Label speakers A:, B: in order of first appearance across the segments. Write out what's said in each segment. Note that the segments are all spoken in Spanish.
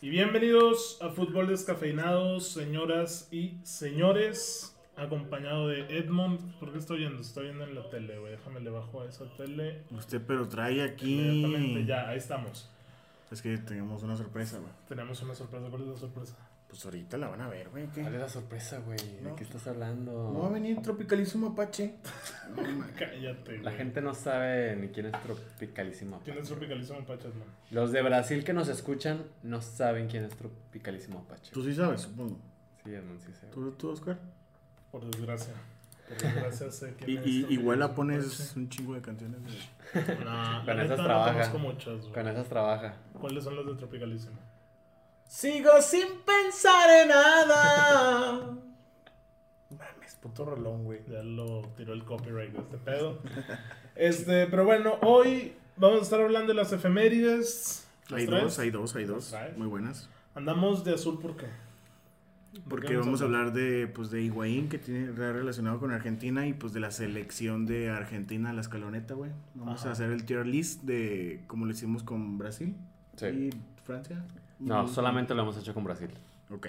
A: Y bienvenidos a Fútbol Descafeinado, señoras y señores. Acompañado de Edmond. ¿Por qué estoy viendo? Estoy viendo en la tele, güey. Déjame le bajo a esa tele.
B: Usted, pero trae
A: Inmediatamente,
B: aquí.
A: ya, ahí estamos.
B: Es que tenemos una sorpresa, güey.
A: Tenemos una sorpresa. ¿Cuál es la sorpresa?
B: Pues ahorita la van a ver, güey. ¿qué?
C: ¿Cuál es la sorpresa, güey? ¿De
B: No.
C: qué estás hablando?
B: No va a venir Tropicalísimo Apache. No, ma-
A: Cállate, güey.
C: La gente no sabe ni quién es Tropicalísimo Apache.
A: ¿Quién es Tropicalismo Apache, Edmond?
C: Los de Brasil que nos escuchan no saben quién es Tropicalísimo Apache.
B: Tú sí sabes, supongo.
C: Sí, Edmond, sí sé.
B: Tú, tú Oscar.
A: Por desgracia. Por desgracia sé este que.
B: Y, y- igual la pones un chingo de canciones. güey.
A: No, la
C: Con esas
A: neta, no
C: trabaja.
A: conozco muchas, güey.
C: Con esas trabaja.
A: ¿Cuáles son las de Tropicalismo?
B: Sigo sin pensar en nada. Mames, puto rolón, güey.
A: Ya lo tiró el copyright de este pedo. Este, pero bueno, hoy vamos a estar hablando de las efemérides. ¿Las
B: Hay
A: traes?
B: dos, hay dos, hay
A: ¿Las
B: dos.
A: traes?
B: Muy buenas.
A: Andamos de azul, ¿por qué?
B: Porque vamos a hablar de, pues, de Higuaín, que tiene está relacionado con Argentina, y pues de la selección de Argentina a la escaloneta, güey. Vamos
A: Ajá.
B: a hacer el tier list de como lo hicimos con Brasil
C: Sí.
B: y Francia.
C: No,
B: Y-
C: solamente lo hemos hecho con Brasil.
B: Ok.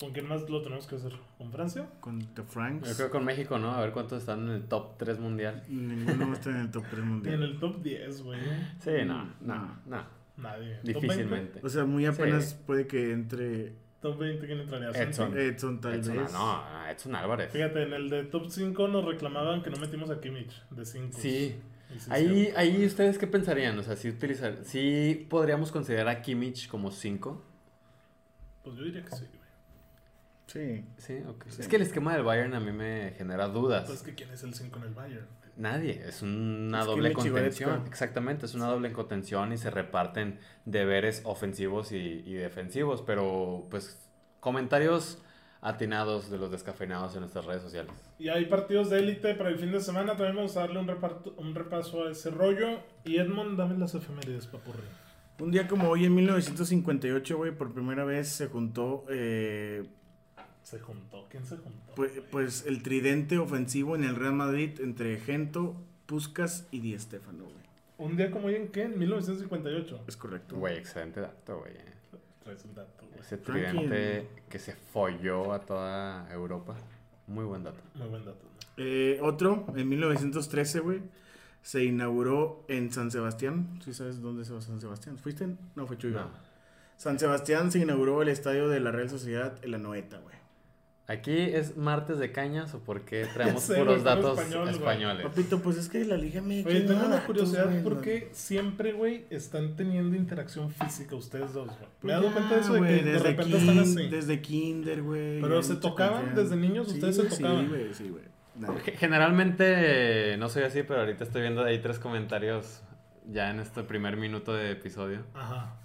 A: ¿Con quién más lo tenemos que hacer? ¿Con Francia?
B: Con The
C: Yo
B: Franks.
C: creo que con México, ¿no? A ver cuántos están en el top 3 mundial.
B: Ninguno está en el top 3
A: Ni en
B: mundial.
A: el top 10, güey.
C: Sí, no, no,
B: No.
C: no.
A: Nadie. ¿Top 20?
C: Difícilmente.
B: O sea, muy apenas
C: Sí.
B: puede que entre
A: ¿Top 20 quién entraría?
C: Edson.
A: Santi.
B: Edson tal
C: Edson,
B: vez.
C: no, no, Edson Álvarez.
A: Fíjate, en el de top 5 nos reclamaban que no metimos a Kimmich de 5.
C: Sí, Ahí, ahí ustedes qué pensarían, o sea, si utilizar, si podríamos considerar a Kimmich como 5,
A: Pues yo diría que sí, güey.
B: Sí.
C: sí, ok.
B: Sí.
C: Es que el esquema del Bayern a mí me genera dudas.
A: Pues que quién es el 5 en el Bayern.
C: Nadie, es una
B: Es
C: doble
B: Kimmich y Goretzka.
C: contención, exactamente, es una doble contención y se reparten deberes ofensivos y, y defensivos, pero pues comentarios atinados de los descafeinados en nuestras redes sociales.
A: Y hay partidos de élite para el fin de semana. También vamos a darle un, reparto- un repaso a ese rollo. Y Edmond, dame las efemérides, papurri.
B: Un día como hoy, en 1958, güey, por primera vez se juntó eh,
A: Se juntó. ¿Quién se juntó?
B: Pues, pues el tridente ofensivo en el Real Madrid entre Gento, Puskas y Di Stéfano, güey.
A: Un día como hoy en qué? En 1958.
B: Es correcto.
C: Güey, excelente dato, güey.
A: Traes el dato, güey.
C: Ese
B: Frankie.
C: tridente que se folló a toda Europa. Muy buen dato.
A: Muy buen dato. ¿no?
B: Eh, otro, en 1913, güey, se inauguró en San Sebastián. ¿Sí sabes dónde es San Sebastián? ¿Fuiste? No, fue Chuyva.
C: No.
B: San Sebastián se inauguró el estadio de la Real Sociedad, el Anoeta, güey.
C: Aquí es martes de cañas o por qué traemos
A: sé,
C: puros
A: güey, puro
C: datos
A: español, güey.
C: españoles.
B: Papito, pues es que la Liga MX...
A: Oye, tengo
B: no,
A: una
B: datos,
A: curiosidad.
B: güey,
A: ¿Por
B: no.
A: qué siempre, güey, están teniendo interacción física ustedes dos, güey? Me he
B: Pues
A: dado
B: ya,
A: cuenta de eso de
B: güey,
A: que de
B: desde
A: repente
B: kin-
A: están así.
B: Desde kinder, güey.
A: Pero
B: ya
A: se
B: mucha
A: tocaban desde niños,
B: Sí,
A: ustedes se
B: güey,
A: tocaban.
B: Sí, güey, sí, güey. Nah.
C: Ge- Generalmente eh, no soy así, pero ahorita estoy viendo ahí tres comentarios ya en este primer minuto de episodio.
A: Ajá.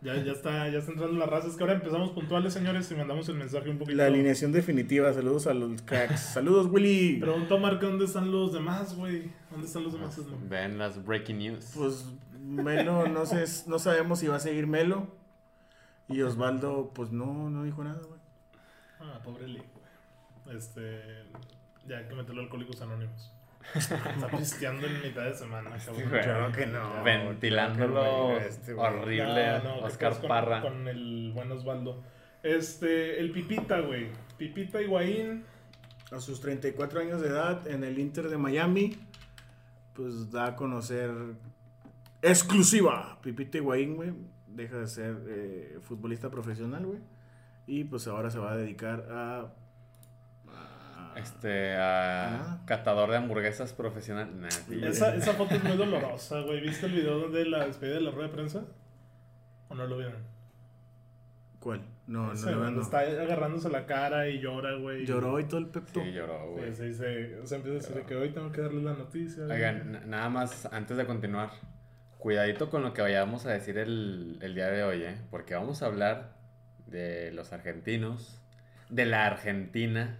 A: Ya, ya, está, ya está entrando la raza. Es que ahora empezamos puntuales, señores, y mandamos el mensaje un poquito.
B: La alineación definitiva, saludos a los cracks. Saludos, Willy.
A: Pregunto a Marco dónde están los demás, güey. ¿Dónde están los
C: Ah,
A: demás? Edmond?
C: Ven las breaking news.
B: Pues Melo, no sé, no sabemos si va a seguir Melo. Y Osvaldo, pues no, no dijo nada, güey.
A: Ah, pobre Lee, güey. Este. Ya hay que meterlo a Alcohólicos Anónimos. Está pisteando en mitad de semana, cabrón.
C: Este güey.
B: Claro que no.
C: Ventilándolo
B: Creo que no, este, güey.
C: horrible.
A: Ah, No, no, que
C: Oscar
A: estás con,
C: Parra.
A: Con el buen Osvaldo. Este, el Pipita, güey. Pipita Higuaín.
B: A sus 34 años de edad, en el Inter de Miami, pues da a conocer exclusiva. Pipito Higuaín, güey, deja de ser eh, futbolista profesional, güey. Y pues ahora se va a dedicar a... a-
C: Este, ah,
B: Ah.
C: catador de hamburguesas profesional. Nah, sí,
B: Güey.
A: Esa, esa foto es muy dolorosa, güey. ¿Viste el video de la despedida de la rueda de prensa? ¿O no lo vieron?
B: ¿Cuál? No, no,
A: Ese,
B: no,
A: donde
B: no.
A: Está agarrándose la cara y llora, güey.
B: Lloró y todo el pepto.
C: sí, lloró, güey.
A: Sí, sí, sí. O sea, empieza a decir que hoy tengo que darle la noticia. güey.
C: Oigan, na- nada más antes de continuar, cuidadito con lo que vayamos a decir el, el día de hoy, ¿eh? porque vamos a hablar de los argentinos, de la Argentina,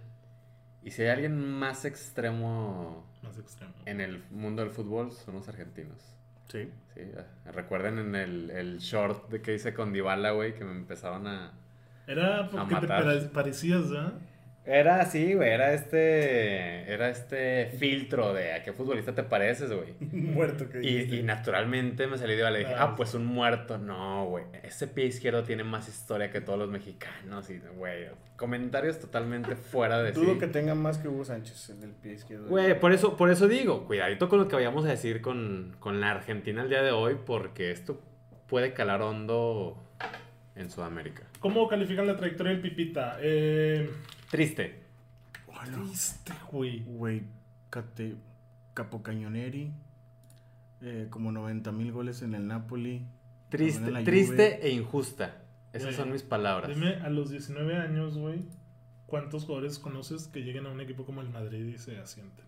C: y si hay alguien más extremo
A: Más extremo.
C: en el mundo del fútbol, son los argentinos.
B: Sí.
C: Sí, eh, recuerden en el, el short de que hice con Dybala, güey, que me empezaron a...
A: Era
C: A
A: porque te
C: matar.
A: pare- parecías, ¿verdad?
C: Era así, güey, era este, era este filtro de a qué futbolista te pareces, güey.
B: Muerto que dijiste.
C: Y, y naturalmente me salí de le dije,
A: Ah,
C: ah, pues un muerto. No, güey, ese pie izquierdo tiene más historia que todos los mexicanos. Y, güey, comentarios totalmente fuera de
B: Dudo
C: sí.
B: que tenga más que Hugo Sánchez, el del pie izquierdo.
C: Güey, por eso, por eso digo, cuidadito con lo que vayamos a decir con, con la Argentina el día de hoy, porque esto puede calar hondo en Sudamérica.
A: ¿Cómo califican la trayectoria del Pipita? Eh,
C: Triste.
B: Hola.
A: triste, güey.
B: Güey, Cate, Capocañoneri, eh, como 90 mil goles en el Napoli.
C: Triste,
B: también en la Juve.
C: triste e injusta. Esas
A: Güey,
C: son mis palabras.
A: Dime, a los 19 años, güey, ¿cuántos jugadores conoces que lleguen a un equipo como el Madrid y se asienten?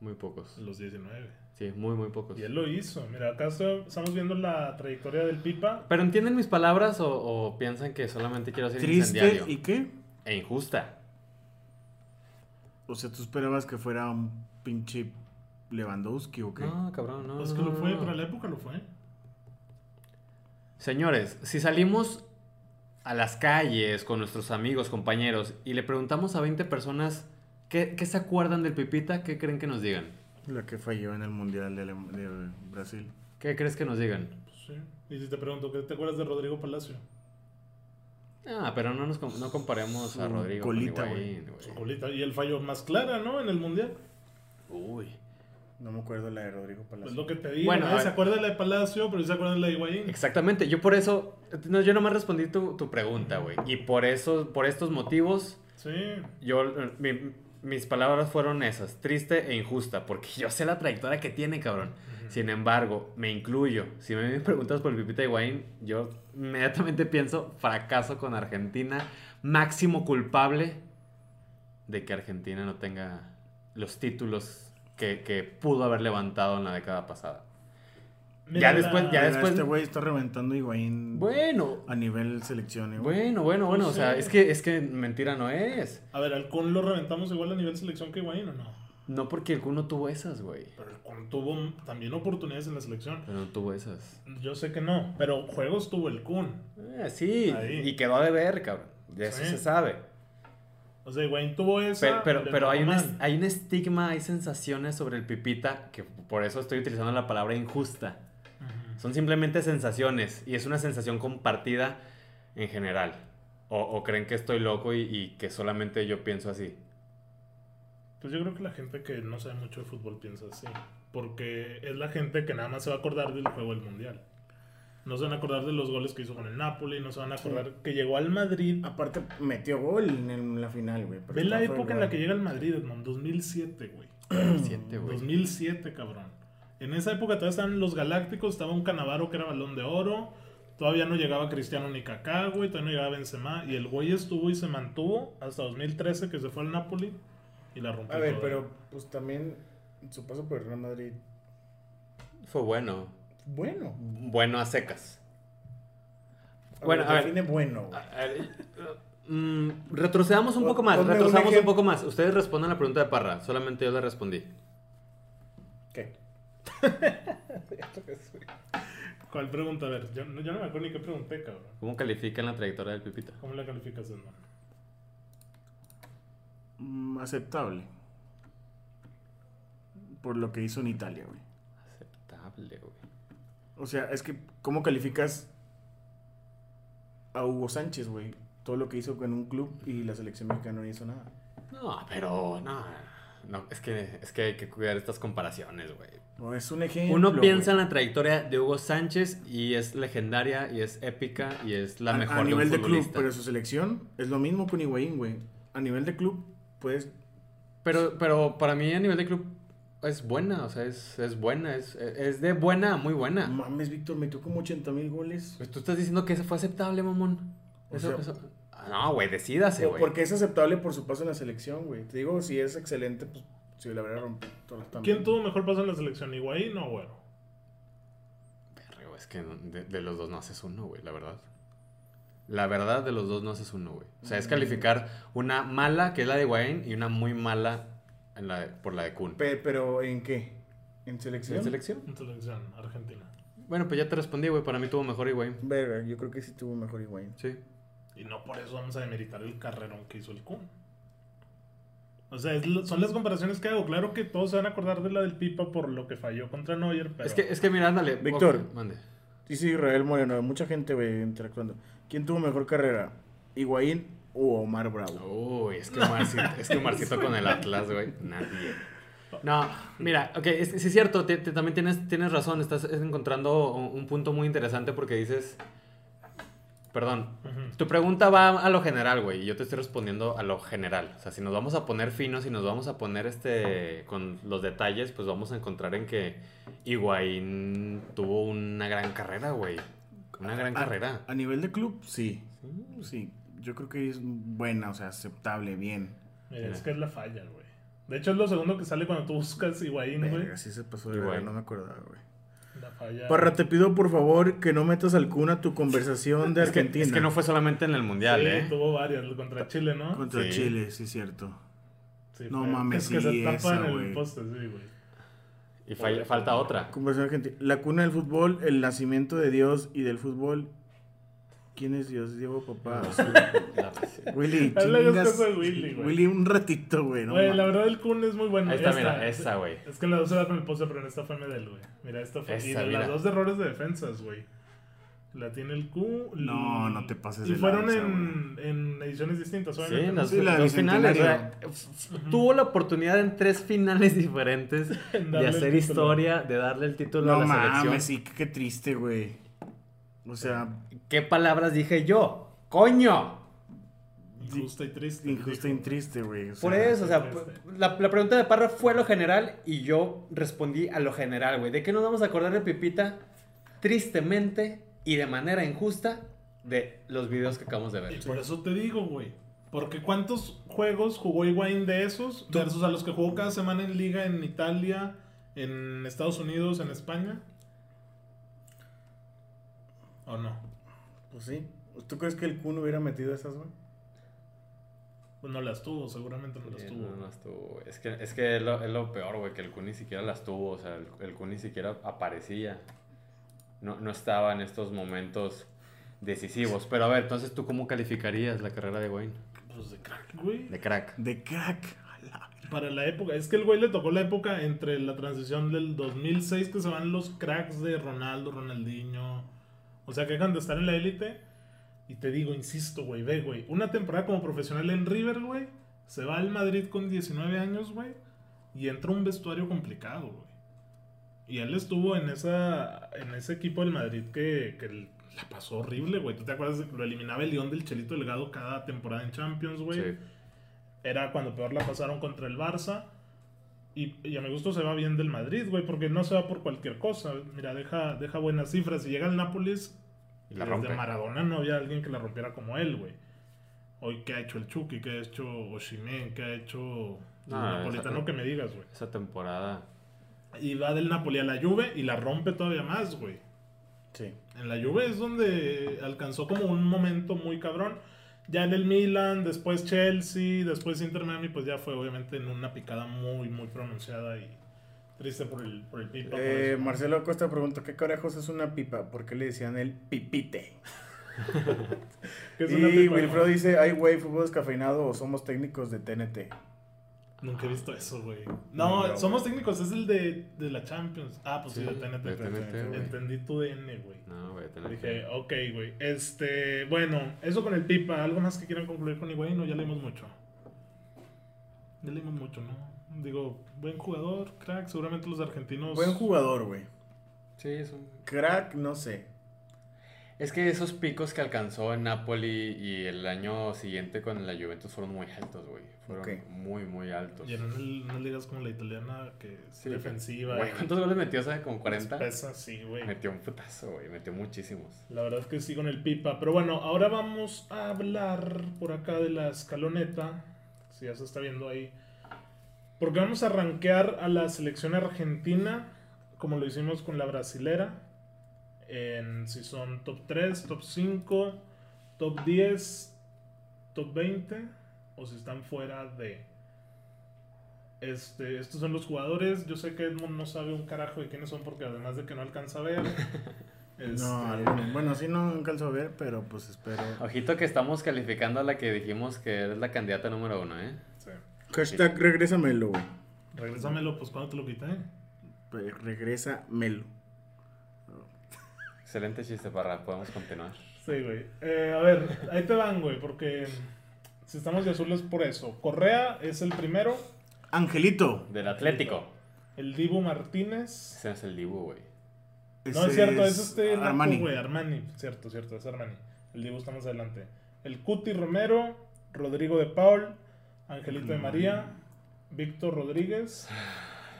C: Muy pocos.
A: A los 19.
C: Sí, muy, muy pocos.
A: Y él lo hizo. Mira, acá estoy- estamos viendo la trayectoria del Pipa.
C: ¿Pero entienden mis palabras o, o piensan que solamente quiero ser
B: Triste
C: incendiario?
B: y qué?
C: E injusta.
B: O sea, tú esperabas que fuera un pinche Lewandowski o qué?
C: No, cabrón, no.
A: Pues que
C: no,
A: lo
C: no,
B: Ah.
A: fue,
C: no.
A: para la época lo fue.
C: Señores, si salimos a las calles con nuestros amigos, compañeros, y le preguntamos a 20 personas qué, qué se acuerdan del Pipita, ¿qué creen que nos digan?
B: La que falló en el Mundial de, Alem- de Brasil.
C: ¿Qué crees que nos digan?
A: Pues sí. Y si te pregunto, ¿qué te acuerdas de Rodrigo Palacio?
C: Ah, pero no nos com- no comparemos a
B: Su
C: Rodrigo con
B: colita,
C: Higuaín,
A: Su
C: güey.
A: colita. Y el fallo más clara, ¿no? En el Mundial.
C: Uy.
B: No me acuerdo la de Rodrigo Palacio.
A: Es Pues lo que te digo.
C: Bueno,
A: nadie
C: a
A: se
C: ver.
A: acuerda de la de Palacio, pero sí se acuerdan de la de Higuaín.
C: Exactamente, yo por eso, no, yo nomás respondí tu, tu pregunta, güey. Y por eso, por estos motivos,
A: Sí.
C: Yo, eh, mi- mis palabras fueron esas, triste e injusta, porque yo sé la trayectoria que tiene, cabrón. Sin embargo, me incluyo. Si me preguntas por el Pipita Higuaín, yo inmediatamente pienso fracaso con Argentina, máximo culpable de que Argentina no tenga los títulos que, que pudo haber levantado en la década pasada.
A: Mira,
C: Ya después- ya
A: la-
B: Mira,
C: después-
B: Este güey está reventando a Higuaín
C: Bueno,
B: a nivel selección. eh, güey.
C: bueno, bueno, bueno, o sea,
A: Sí.
C: es que, es que mentira no es.
A: A ver, al Kun lo reventamos igual a nivel selección que Higuaín, ¿o no?
C: No porque el Kun no tuvo esas, güey.
A: Pero el Kun tuvo también oportunidades en la selección.
C: Pero no tuvo esas.
A: Yo sé que no, pero juegos tuvo el Kun.
C: Ah, sí,
A: Ahí.
C: y quedó a deber, cabrón. De eso
A: Sí.
C: se sabe.
A: O sea, Higuaín tuvo esa.
C: Pero, pero,
A: le
C: pero hay,
A: tocó
C: un
A: mal.
C: es- hay un estigma, hay sensaciones sobre el pipita, que por eso estoy utilizando la palabra injusta.
A: Ujú.
C: Son simplemente sensaciones, y es una sensación compartida en general. O, o creen que estoy loco y, y que solamente yo pienso así.
A: Pues yo creo que la gente que no sabe mucho de fútbol piensa así. Porque es la gente que nada más se va a acordar del juego del mundial. No se van a acordar de los goles que hizo con el Napoli, no se van a acordar que llegó al Madrid.
B: Aparte, metió gol en, el- en la final, güey. Ah, pero
A: Ve la
B: estaba fuera
A: época
B: de
A: en la que
B: lugar.
A: llega al Madrid, Edmond, 2007, güey.
C: Siete, güey.
A: 2007, cabrón. En esa época todavía estaban los Galácticos, estaba un Canavaro que era balón de oro, todavía no llegaba Cristiano ni Kaká, güey, todavía no llegaba Benzema, y el güey estuvo y se mantuvo hasta 2013 que se fue al Napoli y la rompió.
B: A ver,
A: toda.
B: pero pues también su paso por el Real Madrid,
C: Fue bueno.
B: bueno.
C: Bueno a secas.
B: A
C: Bueno,
B: ver,
C: a ver. Ah.
B: define bueno. güey.
A: uh,
C: Mm, retrocedamos un
B: Pon-
C: poco más,
B: ponme un
C: retrocedamos un
B: ejemplo.
C: poco más. Ustedes respondan la pregunta de Parra, solamente yo la respondí.
B: ¿Qué?
A: ¿Cuál pregunta? A ver, yo, no- yo no me acuerdo ni qué pregunté, cabrón.
C: ¿Cómo califican la trayectoria del pipita?
A: ¿Cómo la calificas, hermano?
B: Mm, aceptable. Por lo que hizo en Italia, güey.
C: Aceptable, güey.
B: O sea, es que, ¿cómo calificas a Hugo Sánchez, güey? Todo lo que hizo con un club y la selección mexicana no hizo nada.
C: No, pero no. No, es que, es que hay que cuidar estas comparaciones, güey.
B: No, es un ejemplo.
C: Uno piensa en
B: güey.
C: la trayectoria de Hugo Sánchez y es legendaria y es épica y es la
B: A-
C: mejor
B: a,
C: de un
B: nivel de, club,
C: futbolista.
B: pero su selección es lo mismo con Higuaín, güey. A nivel de club, pues, puedes
C: Pero, pero para mí a nivel de club es buena, o sea, es, es buena, es, es de buena a muy buena.
B: No Mames, Víctor, metió como 80 mil goles.
C: Ah. Pues tú estás diciendo que eso fue aceptable, mamón.
B: O
C: Eso-
B: sea-
C: eso- Ah, No, güey, decídase,
B: O
C: güey.
B: porque es aceptable por su paso en la selección, güey. Te digo, si es excelente, pues si la verdad rompido todas las
A: ¿Quién tuvo mejor paso en la selección? ¿Higuaín o Agüero?
C: Perro, Es que no- de, de los dos no haces uno, güey, la verdad. La verdad, de los dos no haces uno, güey. O sea,
B: Mm.
C: es calificar una mala, que es la de Wayne, y una muy mala en la de- por la de Kun.
B: Pe- ¿Pero en qué? ¿En
C: ¿En
B: selección?
C: selección?
A: En selección, Argentina.
C: Bueno, pues ya te respondí, güey. Para mí tuvo mejor Higuaín.
B: Verga, yo creo que sí tuvo mejor Higuaín.
C: Sí.
A: Y no por eso vamos a demeritar el carrerón que hizo el Kun. O sea, es lo- son las comparaciones que hago. Claro que todos se van a acordar de la del Pipa por lo que falló contra Neuer, pero...
C: Es que, es que mira, ándale.
B: Víctor.
C: ok, mande.
B: Dice Israel Moreno, mucha gente, güey, interactuando. ¿Quién tuvo mejor carrera? ¿Higuaín o Omar Bravo?
C: Uy, es que Omarcito, es que Omarcito con el Atlas, güey. Nadie. No, mira, ok, es, sí es cierto, te- te- también tienes, tienes razón, estás encontrando un, un punto muy interesante porque dices, perdón,
A: Ujú.
C: tu pregunta va a lo general, güey, y yo te estoy respondiendo a lo general. O sea, si nos vamos a poner finos, si nos vamos a poner este con los detalles, pues vamos a encontrar en que Higuaín tuvo una gran carrera, güey. Una gran
B: Ah.
C: carrera.
B: A nivel de club, sí. Sí, yo creo que es buena, o sea, aceptable, bien.
A: Mira, es que es la falla, güey. De hecho, es lo segundo que sale cuando tú buscas Higuaín, güey.
B: Verga, sí se pasó de
C: Higuaín.
B: verga, no me acordaba, güey.
A: La falla...
B: Parra, te pido por favor que no metas al Kun a tu conversación de
C: Es que,
B: Argentina.
C: es que no fue solamente en el Mundial,
A: Sí,
C: ¿eh?
A: tuvo varias. Contra Chile, ¿no?
B: Contra
C: Sí.
B: Chile, sí, cierto.
A: Sí,
B: No
A: fue-
B: mames,
A: Es que
B: sí,
A: se tapa
B: esa,
A: en el
B: güey.
A: poste, sí, güey.
C: Y fal- falta otra.
B: Conversación argentina. La cuna del fútbol, el nacimiento de Dios y del fútbol. ¿Quién es Dios? Diego Papá. O sea, Willy,
A: Hazle dos
B: chingas-
A: cosas a Willy, güey.
B: Willy, un ratito, güey. No,
A: Güey,
B: mames.
A: la verdad el Kun es muy bueno.
C: Ahí está,
A: Esta,
C: mira, esa, güey.
A: Es que en la dos se da con el poste, pero en esta fue Medel, güey. Mira, esta fue. y
C: Esa,
A: de
C: mira.
A: las dos de errores de defensas, güey. La tiene el Kun.
B: No,
A: l-
B: no te pases
A: Y
B: de
A: fueron
B: lanza,
A: en, en ediciones distintas,
C: Sí, en
A: obviamente.
C: las
B: Sí, la
C: dos
B: del
C: finales. o sea,
B: centenario.
C: f- f- tuvo la oportunidad en tres finales diferentes de
A: Darle el
C: hacer
A: título.
C: historia, de darle el título a
B: No
C: la selección.
B: mames, sí, qué triste, güey. O sea,
C: ¿Qué palabras dije yo? ¡Coño!
A: Injusta y triste.
B: injusto y
A: dijo.
B: triste, güey. o
C: Por
B: sea,
C: eso, o sea, p- la, la pregunta de Parra fue a lo general y yo respondí a lo general, güey. ¿De qué nos vamos a acordar de Pipita? Tristemente y de manera injusta de los videos que acabamos de ver.
A: Y por eso te digo, güey. Porque ¿cuántos juegos jugó Higuaín de esos versus a los que jugó cada semana en Liga en Italia, en Estados Unidos, en España? ¿O no?
B: Pues sí. ¿Tú crees que el Kun hubiera metido esas, güey?
A: Pues no las tuvo, seguramente no las
C: Sí,
A: tuvo.
C: Eh, no, no las tuvo. Es que, es, que es, lo, es lo peor, güey, que el Kun ni siquiera las tuvo. O sea, el, el Kun ni siquiera aparecía. No, no estaba en estos momentos decisivos. Pero a ver, entonces, ¿tú cómo calificarías la carrera de Wayne?
A: Pues de crack, güey.
C: De crack.
B: De crack. a la-
A: Para la época. Es que el güey le tocó la época entre la transición del 2006 que se van los cracks de Ronaldo, Ronaldinho. O sea, que dejan de estar en la élite. Y te digo, insisto, güey, ve, güey. Una temporada como profesional en River, güey. Se va al Madrid con 19 años, güey. Y entra a un vestuario complicado, güey. Y él estuvo en esa en ese equipo del Madrid que, que la pasó horrible, güey. ¿Tú te acuerdas de que lo eliminaba el León del Chelito Delgado cada temporada en Champions, güey?
C: Sí.
A: era cuando peor la pasaron contra el Barça. Y, y a mi gusto se va bien del Madrid, güey, porque no se va por cualquier cosa. Mira, deja, deja buenas cifras. Si llega al Nápoles,
C: Y la
A: desde
C: rompe.
A: Maradona no había alguien que la rompiera como él, güey. Hoy, ¿qué ha hecho el Chucky? ¿Qué ha hecho Oshimen? ¿Qué ha hecho el
C: Ah,
A: Napolitano?
C: esa-
A: Que me digas, güey.
C: Esa temporada.
A: Y va del Napoli a la Juve y la rompe todavía más, güey.
B: Sí.
A: En la Juve es donde alcanzó como un momento muy cabrón. Ya en el Milan, después Chelsea, después Inter Miami, pues ya fue obviamente en una picada muy, muy pronunciada y triste por el, por el pipa. por
B: Eh,
A: eso.
B: Marcelo Acosta preguntó, ¿qué carajos es una pipa? ¿Por qué le decían el pipite?
A: Que es una
B: y
A: pipa,
B: Wilfredo
A: ¿no?
B: dice, ay, güey, fútbol descafeinado o somos técnicos de TNT.
A: Nunca he visto eso, güey. No,
B: No,
A: somos técnicos, es el de, de la Champions. Ah, pues sí,
C: Sí,
A: de TNT.
C: de TNT, güey.
A: Entendí tu DN, güey.
C: No, güey, tenés
A: Dije,
C: que-
A: ok, güey. Este, bueno, eso con el pipa. ¿Algo más que quieran concluir con Higuaín? No, ya leímos mucho. Ya leímos mucho, ¿no? Digo, buen jugador, crack. Seguramente los argentinos.
B: Buen jugador, güey.
A: "Oh".
C: Sí, es un-
B: Crack, no sé.
C: Es que esos picos que alcanzó en Napoli y el año siguiente con la Juventus fueron muy altos, güey. Fueron
B: Ok.
C: muy, muy altos.
A: Y en el- unas ligas como la italiana, que es
C: Sí,
A: defensiva.
C: Güey,
A: y
C: ¿cuántos goles metió? ¿Sabes? Como 40.
A: Pesa, sí, güey.
C: Metió un putazo, güey. Metió muchísimos.
A: La verdad es que sí con el pipa. Pero bueno, ahora vamos a hablar por acá de la escaloneta. Si ya se está viendo ahí. Porque vamos a rankear a la selección argentina, como lo hicimos con la brasilera. En si son top 3, top 5, top 10, top 20. O si están fuera de. Este, estos son los jugadores. Yo sé que Edmund no sabe un carajo de quiénes son porque además de que no alcanza a ver. Este,
B: No, algunos. Bueno, sí, no, nunca alcanzo a ver, pero pues espero.
C: Ojito que estamos calificando a la que dijimos que es la candidata número uno, ¿eh?
A: sí.
B: Hashtag regrésamelo, güey.
A: Regrésamelo, pues cuando te lo quité.
B: Pues, regrésamelo.
C: Excelente chiste, Parra. Podemos continuar.
A: Sí, güey. Eh, a ver, ahí te van, güey, porque si estamos de azul es por eso. Correa es el primero,
B: Angelito.
C: Del Atlético.
A: el Dibu Martínez.
C: Ese es el Dibu, güey.
A: no,
B: Ese
A: es cierto, es este naco,
B: Armani.
A: güey, Armani, cierto, cierto, es Armani. El Dibu está más adelante. El Cuti Romero, Rodrigo de Paul, Angelito de María, Víctor Rodríguez,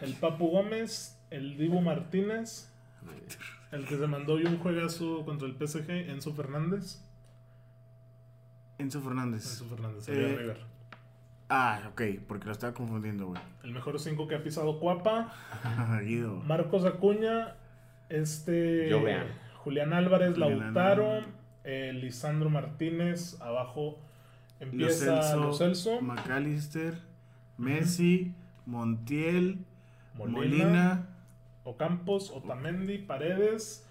A: el Papu Gómez, el Dibu Martínez,
C: Muy bien.
A: el que se mandó hoy un juegazo contra el PSG, Enzo Fernández.
B: Enzo Fernández.
A: Enzo Fernández,
B: Eh,
A: el River.
B: Ah, ok, porque lo estaba confundiendo, güey.
A: El mejor 5 que ha pisado Cuapa.
B: Guido.
A: Marcos Acuña, este
C: Yo vean.
A: Julián Álvarez,
B: Julián
A: Lautaro,
B: Álvarez.
A: eh, Lisandro Martínez, abajo
B: Lo
A: empieza
B: Celso,
A: Lo Celso,
B: McAllister, Messi, Montiel,
A: Molina,
B: Molina,
A: Ocampos, Otamendi, Paredes,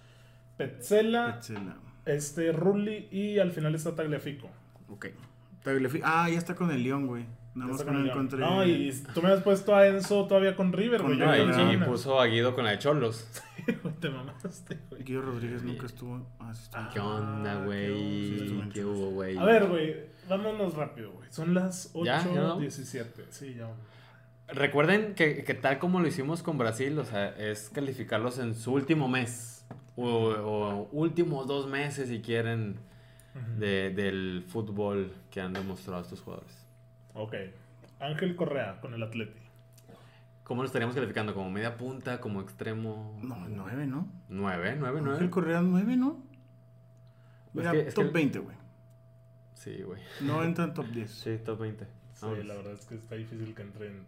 A: Petzela,
B: Petzela.
A: este Rulli y al final está Tagliafico.
B: Ok. Tagliafi- Ah, ya está con el León, güey. Nada
A: Ya
B: más
A: está
B: que
A: con
B: no
A: el León.
B: encontré.
A: No, y tú me has puesto a Enzo todavía con River,
B: Con
A: güey. yo
C: No,
B: River,
A: creo
C: y,
A: que
C: y
B: no.
C: puso a Guido con la de Cholos.
A: no. Te mamaste, güey.
B: Guido Rodríguez nunca estuvo. Ah, sí estuvo.
C: ¿Qué onda,
A: qué
B: onda, sí,
C: güey? ¿Qué
B: estuvo
C: hubo, güey?
A: A ver, güey, vámonos rápido, güey. Son las
C: ¿Ya? ¿Ya vamos?
A: 8.17. Sí, ya. vamos.
C: Recuerden que, que tal como lo hicimos con Brasil, o sea, es calificarlos en su último mes. O, o últimos dos meses, si quieren,
A: Ujú.
C: de- del fútbol que han demostrado estos jugadores.
A: Ok. Ángel Correa con el Atleti.
C: ¿Cómo lo estaríamos calificando? ¿Como media punta? ¿Como extremo?
B: No, nueve, ¿no?
C: ¿Nueve? ¿Nueve?
B: Ángel
C: ¿Nueve?
B: Correa nueve, ¿no? Mira,
C: que- es
B: top
C: que-
B: 20, güey.
C: Sí, güey.
B: No entra en top 10.
C: Sí, top 20.
A: Sí,
C: Vámonos.
A: la verdad es que está difícil que entren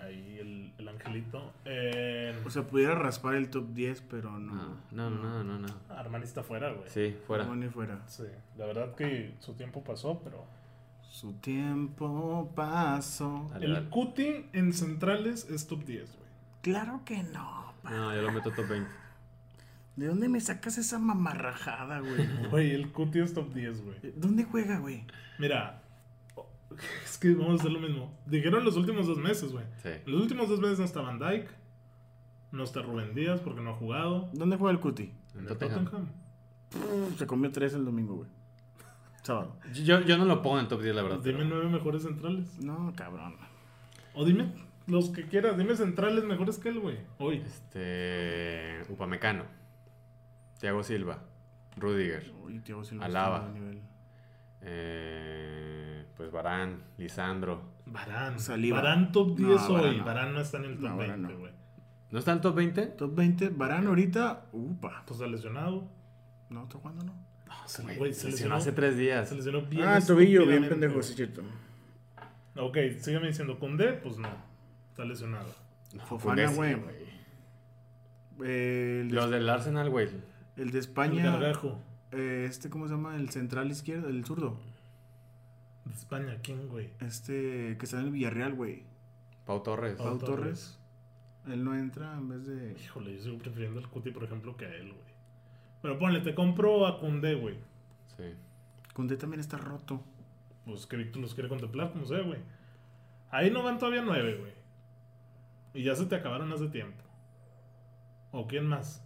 A: ahí el, el angelito. Eh,
B: O sea, pudiera raspar el top 10, pero no.
C: No, no, no, no, no.
A: Armani está fuera, güey.
C: Sí, Ah, fuera.
B: No, ni fuera.
A: Sí, la verdad que su tiempo pasó, pero...
B: Su tiempo pasó.
C: Dale,
A: el
C: dale.
A: Cuti en centrales es top 10, güey.
B: Claro que no. pa.
C: No, yo lo meto top 20.
B: ¿De dónde me sacas esa mamarrajada, güey?
A: Güey, el Cuti es top 10, güey.
B: ¿Dónde juega, güey?
A: Mira, es que vamos a hacer lo mismo. Dijeron los últimos dos meses, güey.
C: Sí.
A: Los últimos dos meses no está Van Dyke, no está Rubén Díaz porque no ha jugado.
B: ¿Dónde juega el Cuti?
A: En
C: En
A: el
C: Tottenham.
A: Tottenham.
B: Pff, Se comió tres el domingo, güey. Sábado.
C: Yo, yo no lo pongo en top 10, la verdad.
A: Pues dime
C: pero-
A: nueve mejores centrales.
B: No, cabrón.
A: O dime los que quieras, dime centrales mejores que él, güey. Hoy.
C: Este. Upamecano. Thiago Silva. Rudiger.
B: Uy, Thiago Silva
C: Alaba.
B: está en buen nivel.
C: eh, pues Barán. Lisandro.
A: Barán.
B: Saliva.
A: Barán top
B: No,
A: 10
B: Varane
A: hoy.
B: no.
A: Barán no está en el top
B: No, Varane
A: 20,
B: no.
A: güey.
C: ¿No está en top 20?
B: Top 20, Barán ahorita. Upa. Ah,
A: Pues está lesionado.
B: No, ¿está jugando, no?
A: Sí,
C: Güey,
A: güey,
C: se
A: se lesionó.
C: lesionó hace tres días.
A: Se lesionó bien.
B: ah, tobillo, bien
A: estúpidamente,
B: pendejo,
A: güey.
B: sí, cierto.
A: Ok, sígueme diciendo Cundé, pues no. Está lesionado.
C: No,
B: Fofana,
C: Fundesi,
B: güey. Eh, el, de,
C: Los del Arsenal, güey.
B: el de
A: El
B: España.
A: gargajo.
B: eh, este, ¿cómo se llama? El central izquierdo, el zurdo.
A: De España, ¿quién, güey?
B: Este, que está en el Villarreal, güey.
C: Pau Torres.
A: Pau
B: Pau
A: Torres.
B: Torres. Él no entra en vez de.
A: Híjole, yo sigo prefiriendo al Cuti, por ejemplo, que a él, güey. Pero ponle, te compro a Cundé, güey.
C: Sí.
B: Conde también está roto.
A: Pues que Víctor los quiere contemplar, como sea, güey. Ahí no van todavía nueve, güey. Y ya se te acabaron hace tiempo. ¿O quién más?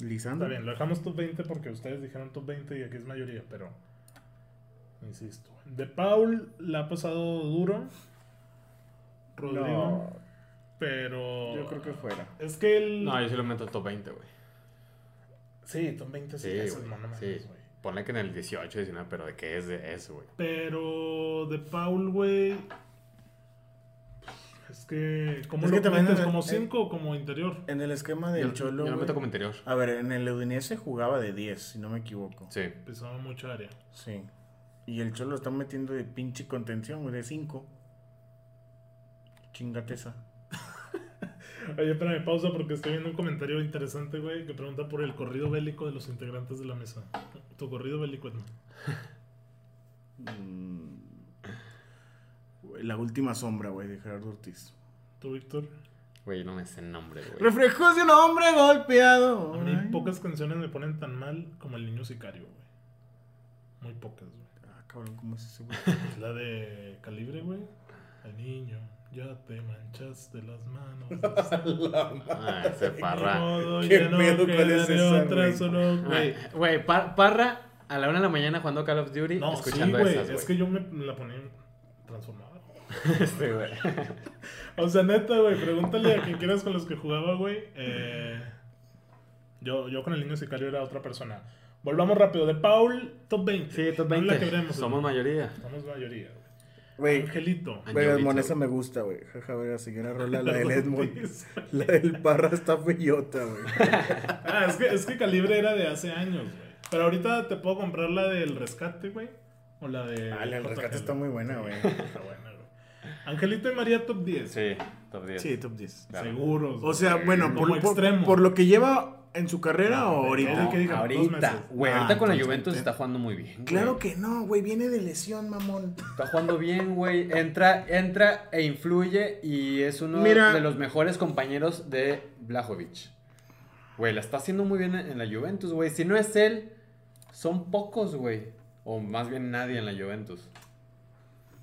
B: Lisandro.
A: Está bien, lo dejamos top 20 porque ustedes dijeron top 20 y aquí es mayoría, pero. Insisto. güey. De Paul la ha pasado duro. Rodrigo. Pero.
B: fuera.
A: Es que él.
C: No, yo sí lo meto en top 20, güey.
A: Sí, top 20 sí,
C: Sí,
A: ya es
C: güey,
A: mono, mames,
C: sí.
A: güey.
C: Ponle que en el 18, 19, pero ¿de qué es de eso, güey?
A: Pero de Paul, güey. Es que. ¿Cómo
B: Es
A: lo
B: que también
A: metes?
B: en el-
A: ¿Como
B: en-
A: 5 o como interior?
B: En el esquema del
C: Yo,
B: Cholo.
C: yo lo
B: güey-
C: meto como interior.
B: A ver, en el Udinese jugaba de 10, si no me equivoco. Sí.
C: Sí.
A: Empezaba mucha área.
B: Y el Cholo está metiendo de pinche contención, güey, de 5. Chingate esa.
A: Oye, espérame, pausa porque estoy viendo un comentario interesante, güey, que pregunta por el corrido bélico de los integrantes de la mesa. Tu corrido bélico, Edna.
B: Mm. Güey, La última sombra, güey, de Gerardo Ortiz.
A: ¿Tú, Víctor?
C: Güey, no me sé el nombre, güey.
B: Reflejos de un hombre golpeado.
A: A mí
B: Ay.
A: pocas canciones me ponen tan mal como El Niño Sicario, güey. Muy pocas, güey.
B: Ah, cabrón, ¿cómo es ese, güey?
A: Es la de Calibre, güey. El niño, ya te manchaste las manos.
C: Ah, ese
A: Ni
C: Parra.
A: modo,
B: ¿Qué
A: ya no
B: pedo? ¿Cuál
A: queda
B: es
A: de
B: esa,
A: otra,
B: güey?
A: solo, güey.
C: Ah, Güey, Par- Parra a la una de la mañana jugando Call of Duty,
A: No, sí,
C: escuchando
A: güey.
C: esas, güey.
A: Es que yo me la ponía transformada.
C: Sí, Este, güey.
A: O sea, neta, güey, pregúntale a quien quieras con los que jugaba, güey. Eh, yo, yo con el niño sicario era otra persona. Volvamos rápido. De Paul, top 20.
C: Sí, top
A: No la
C: 20.
A: quebremos,
C: Somos
A: güey.
C: mayoría.
A: Somos mayoría, güey.
B: Güey,
A: Angelito.
B: güey,
C: Angelito.
B: Monesa me gusta, güey. Jaja, verga, señora Rola, la del Edmond. La del Parra está feyota, güey.
A: Ah, es que, es que Calibre era de hace años, güey. Pero ahorita te puedo comprar la del rescate, güey. O la de.
B: Ah, la del
A: JGL.
B: rescate está muy buena, güey.
A: Está buena, güey. Angelito y María top 10.
C: Sí, top 10.
B: Sí, top 10.
C: claro.
A: Seguros.
B: O sea, bueno,
A: Como
B: por, por-
A: extremo.
B: por lo que lleva en su carrera
A: No,
B: o
A: de
B: ahorita.
A: todo. que diga, dos meses.
C: ahorita, güey,
B: Ah,
C: ahorita con la
B: entonces,
C: Juventus
B: te-
C: está jugando muy bien. güey.
B: Claro que no, güey, viene de lesión, mamón.
C: Está jugando bien, güey. Entra, entra e influye y es uno
B: Mira.
C: de los mejores compañeros de Blajovic. Güey, la está haciendo muy bien en en la Juventus, güey. Si no es él, son pocos, güey. O más bien nadie en la Juventus.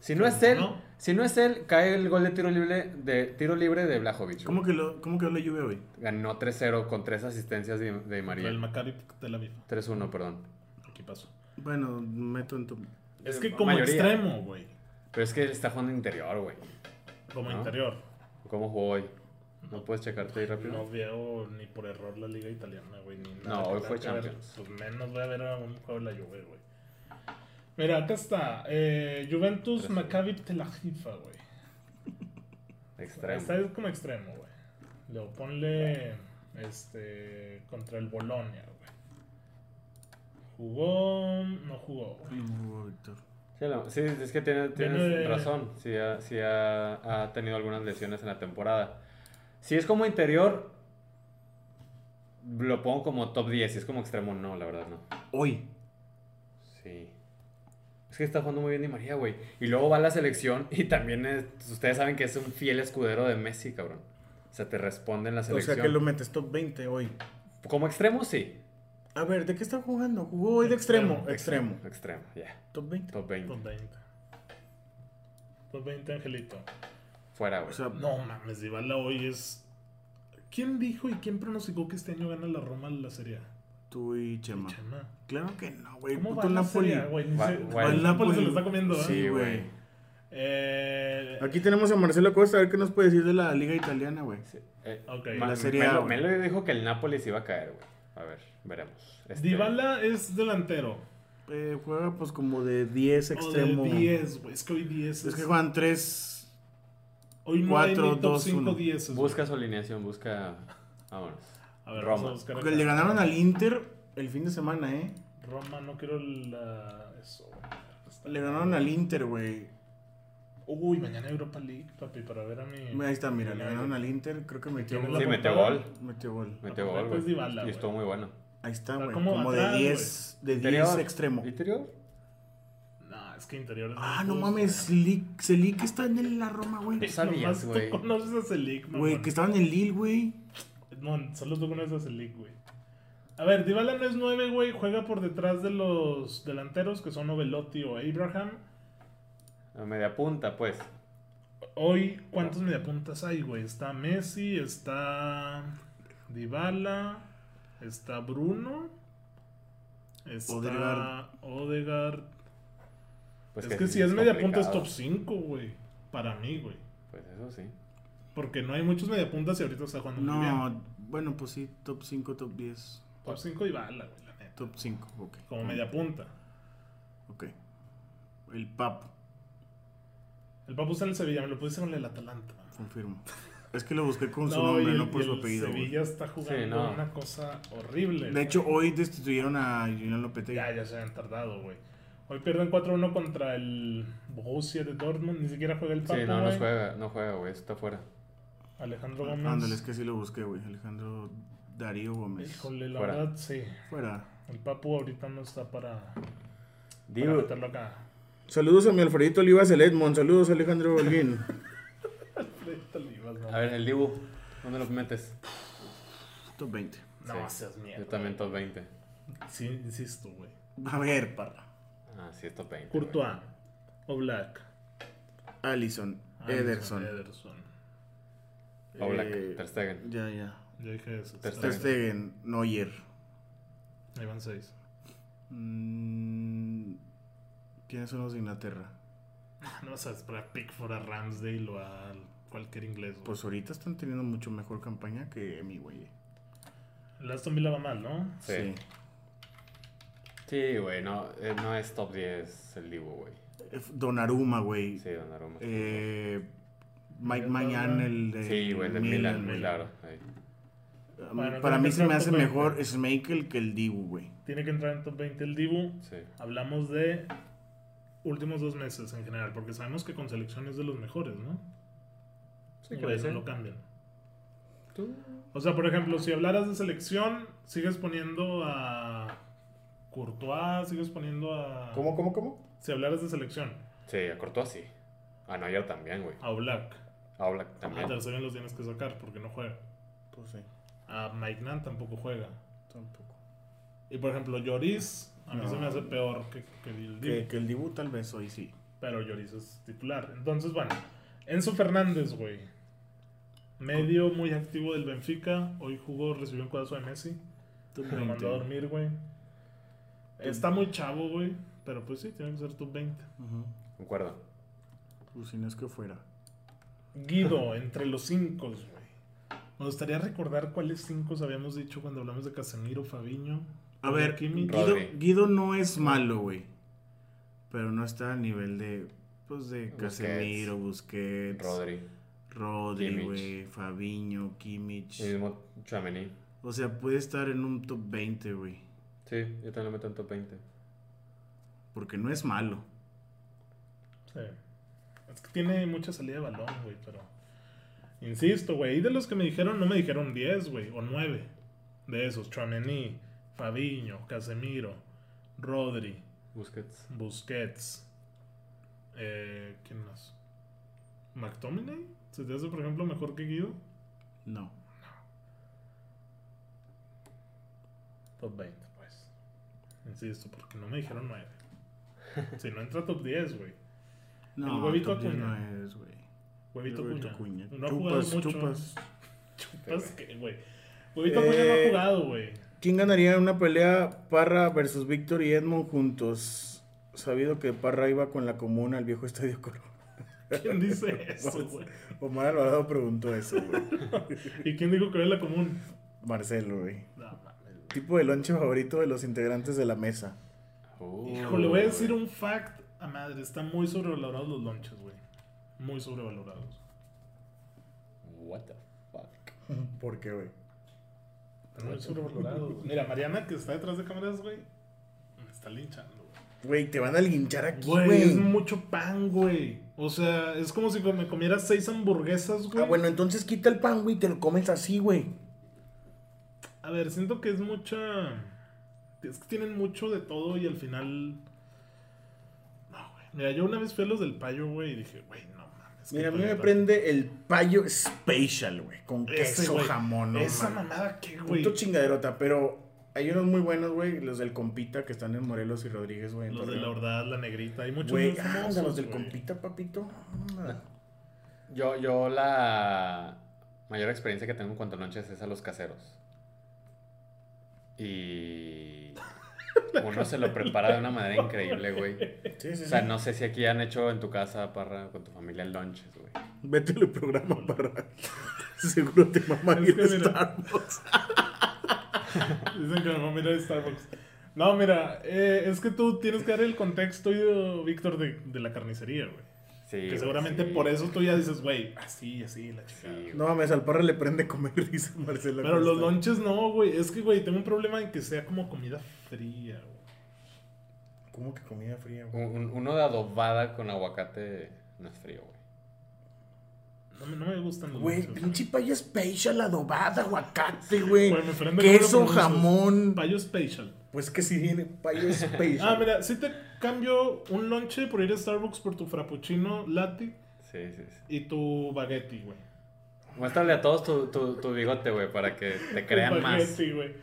C: Si no es él,
A: Pues ¿No?
C: si no es él, cae el gol de tiro libre de tiro libre de Blajovic.
B: ¿Cómo que lo, cómo quedó la lluvia, güey?
C: Ganó 3-0 con tres asistencias de, de María.
A: El Maccabi Tel Aviv.
C: 3-1, perdón.
A: Aquí pasó.
B: Bueno, meto en top.
A: Es que como
C: Eh, Mayoría.
A: extremo, güey.
C: Pero es que él está jugando interior, güey.
A: Como
C: ¿No?
A: interior.
C: ¿Cómo jugó hoy? ¿No puedes checarte ahí rápido?
A: No veo ni por error la liga italiana, güey. Ni nada
C: No,
A: que
C: hoy
A: tenga
C: fue
A: que ver.
C: Champions.
A: Pues menos voy a ver a un juego de la Juve, güey. Mira, acá está. eh, Juventus
C: Tres.
A: Maccabi Tel Aviv, güey.
C: Extremo.
A: Está es como extremo, güey. Luego ponle este contra el Bolonia, güey. Jugó, no jugó. güey.
C: Sí, la- sí, es que tiene- tienes
A: Viene-
C: razón. Sí, ha, sí ha- ha tenido algunas lesiones en la temporada. Si es como interior, lo pongo como top 10. Si es como extremo, no, la verdad, no.
B: Hoy.
C: Sí. Es que está jugando muy bien Di María, güey. Y luego va a la selección y también es- ustedes saben que es un fiel escudero de Messi, cabrón. O sea, te responde en la
B: O
C: selección.
B: sea que lo metes top 20 hoy.
C: Como extremo, sí.
B: A ver, ¿de qué está jugando? Jugó hoy de extremo. Extremo.
C: Extremo, ya.
B: Top 20.
C: Top 20.
A: Top 20. Top 20, Angelito.
C: Fuera, güey.
B: O sea,
A: No mames, Dybala hoy es. ¿Quién dijo y quién pronosticó que este año gana la Roma la Serie A?
B: tú y Chema.
A: Chema.
B: Claro que no, güey.
A: ¿Cómo
B: Eh, Puto
A: va la
B: Napoli.
A: Serie A, güey? Ni
C: Va-
A: se-
C: va
A: el
C: el
A: Napoli se
B: Napoli.
A: lo está comiendo, ¿eh?
B: Sí,
C: Sí,
B: güey.
C: güey.
A: Eh,
B: Aquí tenemos a Marcelo Costa, a ver qué nos puede decir de la liga italiana, güey.
C: Sí, eh,
A: Ok.
C: Ma-
B: La Serie A,
C: Melo,
B: güey.
C: Melo dijo que el Nápoles iba a caer, güey. A ver, veremos. Este,
A: Dybala es delantero.
B: Eh, juega pues como de 10 extremo.
A: O de 10, güey. Es que hoy 10
B: Es que juegan 3.
A: Hoy no
B: Cuatro,
A: hay ni top
B: dos,
A: 5
B: uno.
A: 10.
C: Busca su alineación, busca. Vámonos.
A: A ver,
C: Roma.
A: vamos a buscar acá.
B: Le ganaron al Inter el fin de semana, ¿eh?
A: Roma, no quiero la... Eso, güey. Está-
B: Le ganaron al Inter, güey.
A: Uy, mañana Europa League, papi, para ver a mi...
B: Ahí está, mira, le ganaron al Inter. Creo que metió
A: Tiene
B: gol.
C: Sí,
A: la
C: metió
A: portada.
C: gol.
B: Metió gol.
A: Aparte
C: Metió gol, güey.
A: es Dybala,
C: y estuvo
A: güey.
C: muy bueno.
B: Ahí está,
A: Está
B: güey.
A: como
B: Como,
A: atrás,
B: de 10. De 10
C: Interior.
B: extremo.
C: ¿Interior?
A: No, es que interiores...
B: Ah, no
A: puedo
B: mames.
A: saber.
B: Selic Selic está en la Roma, güey.
C: No sabías,
A: Nomás
C: güey.
A: Tú conoces a Selic,
B: Güey,
A: mamón.
B: que estaban en Lille, güey.
A: No, solo tú conoces a Selic, güey. A ver, Dybala no es 9, güey. Juega por detrás de los delanteros, que son Ovelotti o Abraham.
C: A media punta, pues.
A: Hoy, ¿cuántos mediapuntas hay, güey? Está Messi, está Dybala, está Bruno, está Odegaard.
B: Odegaard.
C: Pues
A: es que, si
C: sí,
A: es mediapunta es
C: complicado.
A: top 5, güey. Para mí, güey.
C: Pues eso sí.
A: Porque no hay muchos mediapuntas y ahorita está jugando muy bien.
B: No, bueno, pues sí, top 5, top 10.
A: Top 5 Dybala, güey, la neta.
B: Top 5, ok.
A: Como mediapunta.
B: Ok. El Papo,
A: El Papu está en el Sevilla, me lo puse con el Atalanta.
B: confirmo. Es que lo busqué con su
A: y
B: nombre,
A: el-
B: no por
A: y
B: su
A: el
B: apellido. güey.
A: Sevilla está jugando
C: Sí, no.
A: una cosa horrible.
B: De
A: güey.
B: hecho, hoy destituyeron a Julián Lopetegui.
A: Ya, ya se han tardado, güey. Hoy pierden 4-1 contra el Borussia de Dortmund. Ni siquiera juega el Papu,
C: Sí, no, no
A: güey.
C: juega, no juega, güey. Está fuera.
A: Alejandro Gómez.
B: Ah, Ándale, es que pues, sí lo busqué, güey. Alejandro Darío Gómez.
A: Híjole, la
C: Fuera.
A: verdad, sí.
B: Fuera.
A: El Papu ahorita no está para, para
C: Digo,
A: meterlo acá.
B: Saludos a mi Alfredito Olivas el Edmond. Saludos, Alejandro Holguín.
C: Ah,
A: Ahorita le ibas, ¿no?
C: a ver, el Dibu. ¿Dónde lo metes?
B: Top 20.
A: No,
C: Sí.
A: seas mierda.
C: Yo también top 20.
A: Sí, insisto, güey.
B: A ver, parra.
C: Ah, sí, es top 20. güey.
A: Courtois. O Black.
B: Allison, Ederson.
A: Ederson.
C: Oblak,
B: Eh,
C: Ter Stegen.
B: Ya, ya.
A: Ya dije eso.
C: Ter
B: Ter
A: Está bien.
B: Stegen, Neuer.
A: Ahí van seis.
B: Mm, ¿Quiénes son los de Inglaterra?
A: Ah, No vas a esperar a Pickford, a Ramsdale o a cualquier inglés, güey.
B: Pues ahorita están teniendo mucho mejor campaña que mi güey.
A: El Aston Villa va mal, ¿no?
C: Sí. Sí, güey, no, eh, no es top 10 el Divo, güey.
B: F- Donnarumma, Eh, güey.
C: Sí, Donnarumma.
B: Eh, Mike Mañan, el de.
C: sí, güey, del Milan, muy claro. ahí.
B: güey.
A: Bueno,
B: Para
A: no,
B: mí
A: no
B: se me
A: creo
B: hace
A: que-
B: mejor Schmeichel que el Dibu, güey.
A: Tiene que entrar en top 20 el Dibu.
C: Sí.
A: Hablamos de últimos dos meses en general, porque sabemos que con selección es de los mejores, ¿no?
C: Sí,
A: Por
C: creo
A: ahí
C: que
A: no
C: sí.
A: lo cambian.
C: Tú.
A: O sea, por ejemplo, si hablaras de selección, sigues poniendo a Courtois, sigues poniendo a...
B: cómo, cómo?
A: Si hablaras de selección,
C: Sí, a Courtois sí. A Neuer también, güey.
A: a Black.
C: A Oblak
A: A
C: también.
A: Tercero los tienes que sacar porque no juega.
B: Pues sí,
A: A Mike Nan tampoco juega.
B: tampoco.
A: Y por ejemplo, Lloris, a mí
B: No.
A: se me hace peor que, que el
B: Que,
A: Dibu.
B: que el Dibu tal vez hoy sí.
A: Pero Lloris es titular. Entonces, bueno, Enzo Fernández, güey. Medio muy activo del Benfica. Hoy jugó, recibió un cuadazo de Messi. Lo mandó a dormir, güey. Está muy chavo, güey. Pero pues sí, tiene que ser top 20.
B: Ujú.
C: Concuerdo.
B: Pues si no es que fuera.
A: Guido, entre los cinco, güey. Me gustaría recordar cuáles cinco habíamos dicho cuando hablamos de Casemiro, Fabiño.
B: A ver,
A: Kimmich.
B: Guido,
C: Pues Rodri.
B: Guido no es malo, güey. Pero no está a nivel de. Pues de
C: Busquets.
B: Casemiro, Busquets,
C: Rodri.
B: Rodri,
C: Kimmich.
B: güey, Fabiño, Kimmich.
C: Y mismo Chamení.
B: O sea, puede estar en un top 20, güey.
C: Sí, yo también lo meto en top 20.
B: Porque no es malo.
A: Sí. Es que tiene mucha salida de balón, güey, pero. Insisto, güey. Y de los que me dijeron, no me dijeron 10, güey, o 9. De esos, Chouameni, Fabiño, Casemiro, Rodri,
C: Busquets.
A: Busquets. Eh, ¿Quién más? ¿McTominay? ¿Se te hace, por ejemplo, mejor que Guido?
B: No.
A: Top 20, pues. Insisto, porque no me dijeron 9. Si no entra top 10, güey.
B: No,
A: El huevito
B: top 10
A: Acuña.
B: no es, güey.
A: Huevito
B: El
A: Cuña.
B: huevito Acuña.
A: No ha jugado
B: chupas,
A: mucho.
B: chupas.
A: Chupas que, güey. Huevito Cuña no ha
B: Eh,
A: jugado, güey.
B: ¿Quién ganaría en una pelea Parra versus Víctor y Edmond juntos? Sabido que Parra iba con la comuna al viejo estadio Colón.
A: ¿Quién dice eso, güey?
B: Omar Alvarado preguntó eso, güey.
A: ¿Y quién dijo que era la común?
B: Marcelo, güey.
A: No, mames.
B: Tipo de lonche favorito de los integrantes de la mesa.
C: Uh,
A: Hijo, le voy a decir un fact a madre. Están muy sobrevalorados los lonches, güey. Muy sobrevalorados.
C: What the fuck.
B: ¿Por qué, güey?
A: Están muy sobrevalorados. güey. Mira, Mariana, que está detrás de cámaras, güey, me está linchando, güey.
B: Güey, te van a linchar aquí,
A: Güey, es
B: güey.
A: mucho pan, güey. O sea, es como si me comiera seis hamburguesas, güey.
B: Ah, bueno, entonces quita el pan, güey, y te lo comes así, güey.
A: A ver, siento que es mucha. Es que tienen mucho de todo y al final. No, güey. Mira, yo una vez fui a los del payo, güey, y dije, güey, no mames. qué
B: Mira, a mí me
A: paleta.
B: prende el payo spatial, güey. Con
A: Ese,
B: queso
A: güey.
B: jamón, no
A: Esa
B: mames.
A: mamada, qué, güey.
B: Punto chingaderota, pero hay unos muy buenos, güey. Los del compita que están en Morelos y Rodríguez, güey. en
A: Los de
B: Torreón.
A: la Hordaz, la Negrita, hay muchos.
B: Güey,
A: muy
B: ah,
A: famosos,
B: los del
A: güey.
B: compita, papito. Ah, Anda.
C: Yo, yo la mayor experiencia que tengo en cuanto a lonches es a los caseros. Y uno se lo prepara de una manera increíble, güey.
B: Sí, sí,
C: O
B: sí.
C: sea, no sé si aquí han hecho en tu casa, parra, con tu familia lonches, güey.
B: Vete al programa para. Seguro te mamá
A: Es
B: ir
A: que
B: a
A: mira.
B: Starbucks.
A: Dicen que me va a mirar Starbucks. No, mira, eh, es que tú tienes que dar el contexto, yo, Víctor, de, de la carnicería, güey.
C: Sí,
A: Que
C: güey,
A: seguramente
C: sí.
A: por eso tú ya dices, güey, así, así, la chica.
C: Sí,
B: No mames, al parra le prende comer, dice Marcela.
A: Pero los
B: Costa.
A: lonches no, güey. Es que, güey, tengo un problema en que sea como comida fría, güey.
B: ¿Cómo que comida fría, güey?
C: Un- un- uno de adobada con aguacate no es frío, güey.
A: No, me- no me gustan los
B: Güey,
A: lonches,
B: pinche payo spatial, adobada, aguacate, güey.
A: Güey, me prende
B: Queso,
A: cómo lo pronuncias.
B: jamón.
A: Payo Special.
B: Pues que si viene payo spatial.
A: Ah, mira, si te cambio un lonche por ir a Starbucks por tu frappuccino latte
C: Sí, sí, sí.
A: y tu baguette, güey.
C: Muéstrale a todos tu, tu, tu bigote, güey, para que te crean más.
A: Sí, güey.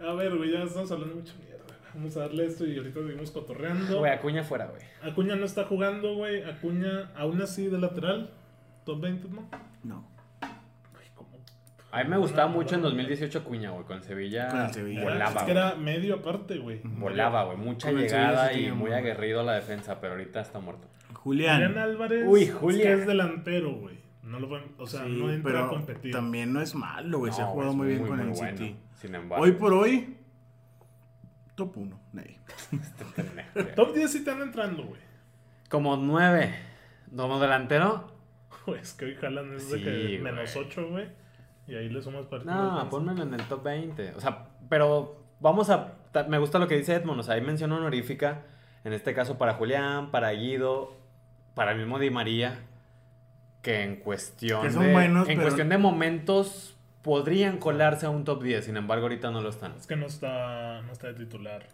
A: A ver, güey, ya estamos hablando mucho mierda. Vamos a darle esto y ahorita seguimos cotorreando.
C: Güey, acuña fuera, güey.
A: Acuña no está jugando, güey. Acuña, aún así, de lateral. Top 20, ¿no?
B: No.
A: Güey, ¿cómo?
C: A mí me gustaba mucho en 2018 Acuña, güey, con Sevilla.
B: Con el Sevilla.
A: Era-
C: Volaba,
A: Ah, es que
C: güey.
A: era medio aparte, güey.
C: Volaba, güey. Mucha
B: Con el Sevilla
C: llegada
B: sí
C: y
B: tenía
C: muy
B: muy-
C: aguerrido a la defensa, pero ahorita está muerto.
A: Julián
B: Julián.
A: Álvarez
C: Uy,
A: es que
C: Julián.
A: es delantero, güey. No lo pueden- o sea,
B: Sí,
A: no entra
B: pero
A: a competir.
B: también no es malo, güey. Se Pues ha
C: No,
B: jugado
C: es
B: muy bien con el
C: bueno.
B: City.
C: Sin embargo.
B: Hoy por hoy, top 1. Ney.
C: este pendejo, güey.
A: Top 10 sí están entrando, güey.
C: Como 9. Como delantero.
A: Güey, Es que hoy jalan es de
C: Sí,
A: que
C: güey.
A: menos 8, güey. Y ahí le sumas partidos.
C: No,
A: Entonces,
C: ponmelo en el top 20. O sea, pero vamos a. ta- Me gusta lo que dice Edmond. O sea, ahí menciona honorífica. En este caso para Julián, para Guido, para el mismo Di María. Que en cuestión.
B: Que son
C: de,
B: buenos,
C: En
B: pero-
C: cuestión de momentos podrían colarse a un top 10. Sin embargo, ahorita no lo están.
A: Es que no está, no está de titular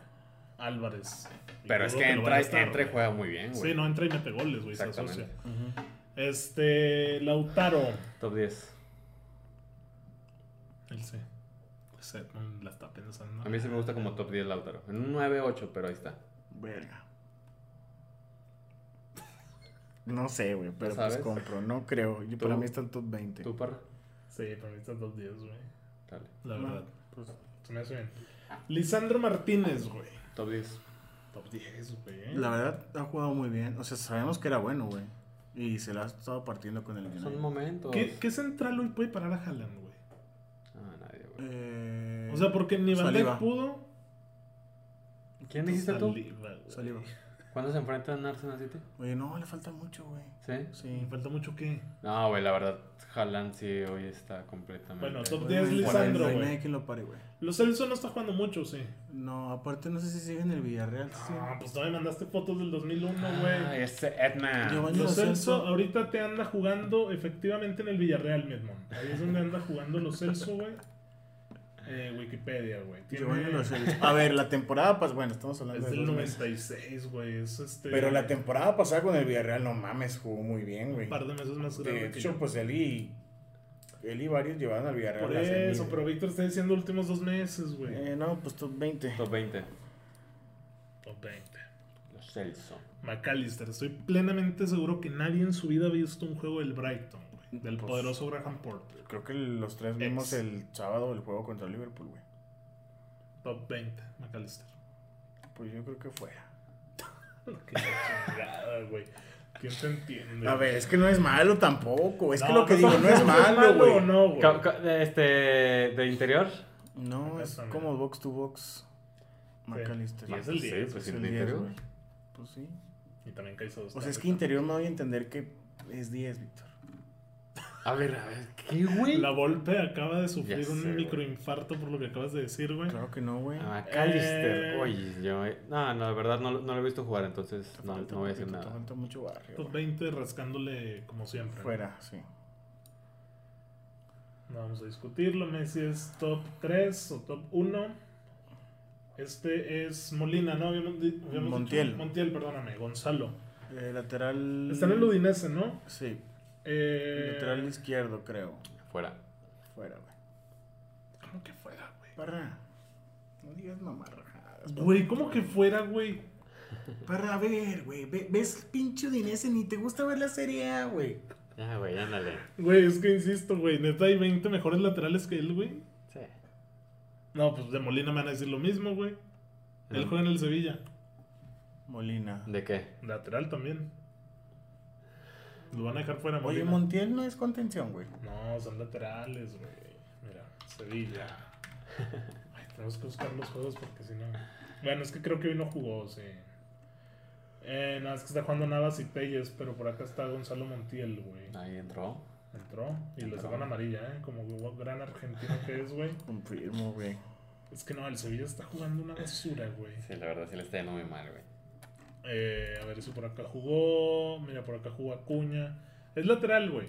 A: Álvarez. Y dudo
C: Pero es que
A: lo
C: entra,
A: vaya a estar,
C: entra y
A: güey.
C: juega muy bien, güey.
A: Sí, no, entra y mete goles, güey. Se
C: Exactamente.
A: asocia. Este, Lautaro.
C: Top 10.
A: Él sí. Pues Edmond la está pensando.
C: A mí sí me gusta como top 10 Lautaro. En un 9-8, pero ahí está.
B: Verga. No sé, güey, pero
C: ¿Sabes?
B: pues compro. No creo. Yo,
C: ¿Tú?
B: para mí están top 20.
C: ¿Tú, Parra?
A: Sí, para mí está top 10, güey.
C: Dale.
A: La
B: No,
A: verdad.
B: pues,
A: Se me hace bien. Lisandro Martínez, güey.
C: Top 10.
A: Top 10, güey.
B: la verdad, ha jugado muy bien. O sea, sabemos que era bueno, güey. Y se la ha estado partiendo con el
C: Son
B: United.
C: momentos.
A: ¿Qué, qué central hoy puede parar a Haaland, güey?
C: Ah, nadie, güey.
B: Eh,
A: O sea, porque ni Van Dijk
B: Saliba.
A: pudo.
C: ¿Quién dijiste tú?
A: Saliba, güey.
B: Saliba.
C: ¿Cuándo se enfrentan Arsenal City?
B: Oye, no, le falta mucho, güey.
C: ¿Sí?
A: Sí,
B: Sí.
A: falta mucho que.
C: No, güey, la verdad, Haaland sí hoy está completamente...
A: Bueno, top
B: Bueno,
A: 10
B: no hay-
A: Lisandro,
B: No hay
A: güey.
B: nadie que lo pare, güey.
A: Los Celso no está jugando mucho, sí.
B: No, aparte no sé si sigue en el Villarreal. sí.
A: Ah, pues no me mandaste fotos del 2001,
C: Ah,
A: güey.
C: ese Edman.
B: Giovanni
A: Los
B: Lo Celso.
A: Celso ahorita te anda jugando efectivamente en el Villarreal, mismo. Ahí es donde anda jugando Los Celso, güey. Eh, Wikipedia, güey. Tiene-
B: Giovanni Lo Celso. A ver, la temporada pasada, bueno, estamos hablando
A: Es
B: de
A: del
B: dos meses.
A: 96, güey. Es este.
B: Pero la temporada pasada con el Villarreal, no mames, jugó muy bien, güey.
A: Un par de meses más
B: De
A: grande que
B: hecho,
A: yo.
B: pues él y, él y varios llevaron al Villarreal.
A: Por
B: a la semi,
A: eso, pero
B: güey.
A: Víctor está diciendo últimos dos meses, güey.
B: Eh, no, pues top 20.
C: Top 20.
A: Top 20.
C: Los Celso.
A: McAllister, estoy plenamente seguro que nadie en su vida ha visto un juego del Brighton, güey. Del
B: Pues-
A: poderoso Graham Porter.
B: Creo que los tres vimos el sábado el juego contra el Liverpool, güey.
A: Top 20, McAllister.
B: Pues yo creo que fue.
A: Qué chingada, güey. ¿Quién te entiende?
B: A ver, es que no es malo tampoco. Es que
A: No,
B: lo que digo, no es malo,
A: o
B: güey.
A: No, güey.
C: Ca- ca- Este, de interior.
B: No, es
A: Exactamente.
B: como box to box. McAllister.
A: Y es el
C: Sí,
A: 10,
C: pues
B: Es
C: sí,
B: el
C: de
B: 10,
C: interior.
B: güey. Pues sí.
A: Y también Caicedo.
B: O
A: está
B: sea, es que
A: afectado.
B: interior me doy a entender que es 10, Víctor.
C: A ver, a ver, ¿qué, güey?
A: La Volpe acaba de sufrir
C: Ya
A: un
C: sé, güey.
A: microinfarto por lo que acabas de decir, güey.
B: Claro que no, güey.
C: Ah, Callister.
A: Eh.
C: Oye, yo... No, no, la verdad no, lo- no lo he visto jugar, entonces
B: Te
C: no,
B: falta,
C: no voy a decir
B: papito, te
C: nada.
B: falta mucho barrio.
A: Top
B: güey.
A: 20 rascándole como siempre.
B: Fuera, sí.
A: No vamos a discutirlo. Messi es top 3 o top 1. Este es Molina, ¿no? Habíamos di- habíamos dicho-
B: Montiel.
A: Montiel, perdóname, Gonzalo.
B: Eh, lateral.
A: Está en el Udinese, ¿no?
B: Sí,
A: Eh,
B: lateral izquierdo, creo.
C: Fuera.
B: Fuera, güey.
A: ¿Cómo que fuera, güey?
B: Parra. No digas mamarrajadas.
A: Güey, ¿cómo que fuera, güey?
B: Parra, a ver, güey. ve- ves pinche Udinese, ni te gusta ver la serie A, güey.
C: Ya, güey, ándale.
A: Güey, es que insisto, güey. Neta hay 20 mejores laterales que él, güey.
C: Sí.
A: No, pues de Molina me van a decir lo mismo, güey. Él
C: Mm.
A: juega en el Sevilla.
B: Molina.
C: ¿De qué?
A: Lateral también. Lo van a dejar fuera,
B: Oye,
A: Molina.
B: Montiel no es contención, güey.
A: No, son laterales, güey. Mira, Sevilla. Ay, tenemos que buscar los juegos porque si no. Bueno, es que creo que hoy no jugó, sí. Eh, nada, es que está jugando Navas y Telles, pero por acá está Gonzalo Montiel, güey.
C: Ahí entró.
A: Entró y le
C: Entró.
A: sacan amarilla, ¿eh? Como gran argentino que es, güey.
B: Confirmo, güey.
A: Es que no, el Sevilla está jugando una basura, güey.
C: Sí, la verdad sí le está yendo muy mal, güey.
A: Eh, a ver, eso por acá jugó. Mira, por acá jugó Acuña. Es lateral, güey.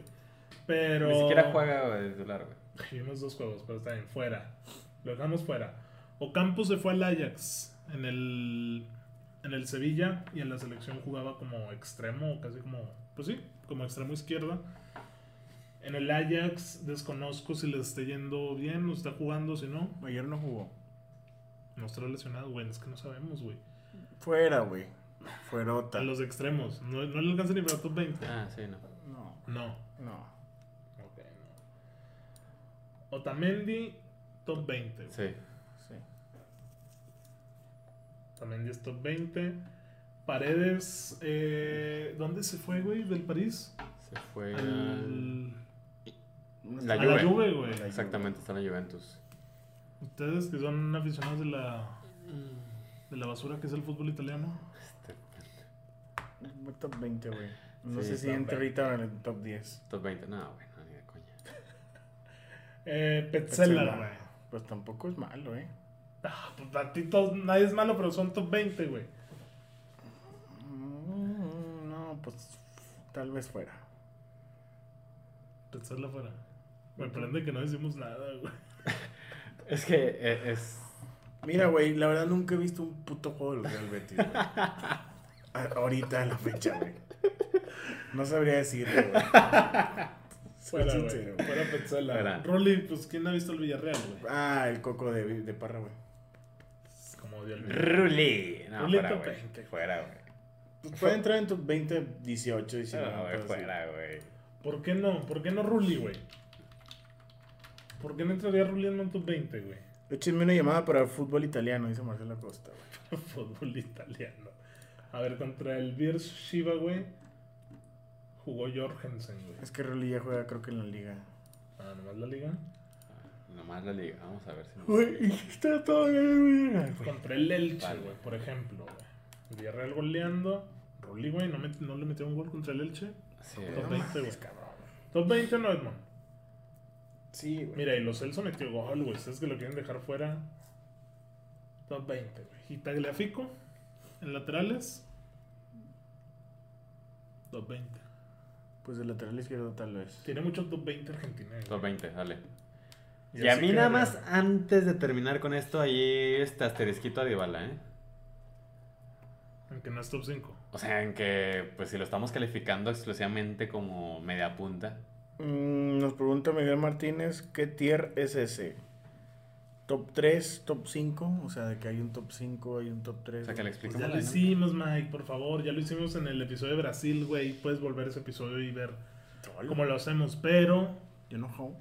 A: Pero.
C: Ni siquiera juega güey, de titular, güey.
A: Y unos dos juegos, pero está bien, fuera. Lo dejamos fuera. Ocampo se fue al Ajax en el, en el Sevilla y en la selección jugaba como extremo, o casi como, pues sí, como extremo izquierda. En el Ajax desconozco si le esté yendo bien, o está jugando, si no.
B: Ayer no jugó.
A: No está lesionado, güey. Es que no sabemos, güey.
B: Fuera, güey. Fuerota.
A: A los extremos. No, no le alcanza ni para top 20.
C: Ah, sí, no.
B: No,
A: No.
B: no.
A: Ok, no. Otamendi, top 20. güey.
C: Sí.
B: Sí.
A: Otamendi es top 20. Paredes, eh, ¿dónde se fue, güey? ¿Del París?
C: Se fue al...
A: Al-
C: La
A: a
C: Juve.
A: la Juve, güey.
B: La-
C: Exactamente, está en la Juventus.
A: Ustedes que son aficionados de la, de la basura que es el fútbol italiano.
C: Este,
B: Top 20, güey. No
C: Sí,
B: sé si
C: top
B: entra
C: 20.
B: ahorita en el top 10.
C: top 20. No, güey, no, ni de coña.
A: Eh, Petzela,
B: Petzela.
A: güey.
B: Pues tampoco es malo, eh.
A: Ah, pues a ti todos- nadie es malo, pero son top 20, güey.
B: Mm, No, pues tal vez fuera.
A: Petzela fuera. Me prende que no decimos nada, güey.
C: Es que eh, es...
B: Mira, güey, la verdad nunca he visto un puto juego del Real Betis, güey. A- Ahorita a la fecha, güey. No sabría decirlo, güey. Soy
A: Fuera,
B: sincero,
A: güey.
B: güey.
A: Fuera Petzela.
C: Fuera.
A: Rolly, pues ¿quién ha visto el Villarreal, güey?
B: Ah, el coco de, de parra, güey.
A: Como dio el Villarreal.
C: Rulli. No,
A: Rulli
C: fuera,
A: top
C: güey.
A: 20.
C: Fuera, güey.
B: Pues puede entrar en tus 20, 18, 19.
C: No, güey,
B: cosas así.
C: Ah, fuera, güey.
A: ¿Por qué no? ¿Por qué no Rulli, güey? ¿Por qué no entraría Rulli en un top 20, güey?
B: Échenme una llamada para el fútbol italiano, dice Marcelo Costa, güey.
A: Fútbol italiano. A ver, contra el Birs Shiva, güey. Jugó Jorgensen, güey.
B: Es que Rolly ya juega, creo que en la liga.
A: Ah, nomás la liga.
C: Nomás la liga. Vamos a ver si...
B: Güey, está todo bien,
A: Contra el Elche,
C: Vale.
A: güey, por ejemplo, güey. Villarreal goleando. Rulli, güey, ¿no, met- no le metió un gol contra el Elche.
C: Sí,
A: Top
C: eh.
A: 20, güey. Top 20 no, Edmond.
B: Sí, güey.
A: Mira, y los Celso metió gol, güey. Ustedes que lo quieren dejar fuera. Top 20, güey. Y Tagliafico en laterales. Top 20.
B: Pues del lateral izquierdo tal vez.
A: Tiene mucho top 20 Argentina. güey.
C: Top 20, dale.
A: Y
C: Y a
A: así
C: mí
A: quedaría.
C: nada más, antes de terminar con esto, ahí este asterisquito a Dybala, ¿eh?
A: Aunque no es top 5.
C: O sea, en que, pues si lo estamos calificando exclusivamente como media punta,
B: Mm, nos pregunta Miguel Martínez, ¿qué tier es ese? ¿Top 3, top 5? O sea, de que hay un top 5, hay un top 3.
C: o sea, que le
A: Pues
C: explicamos.
A: ya lo hicimos, Mike, por favor. Ya lo hicimos en el episodio de Brasil, güey. Puedes volver ese episodio y ver cómo lo hacemos. Pero
B: Yo no juego.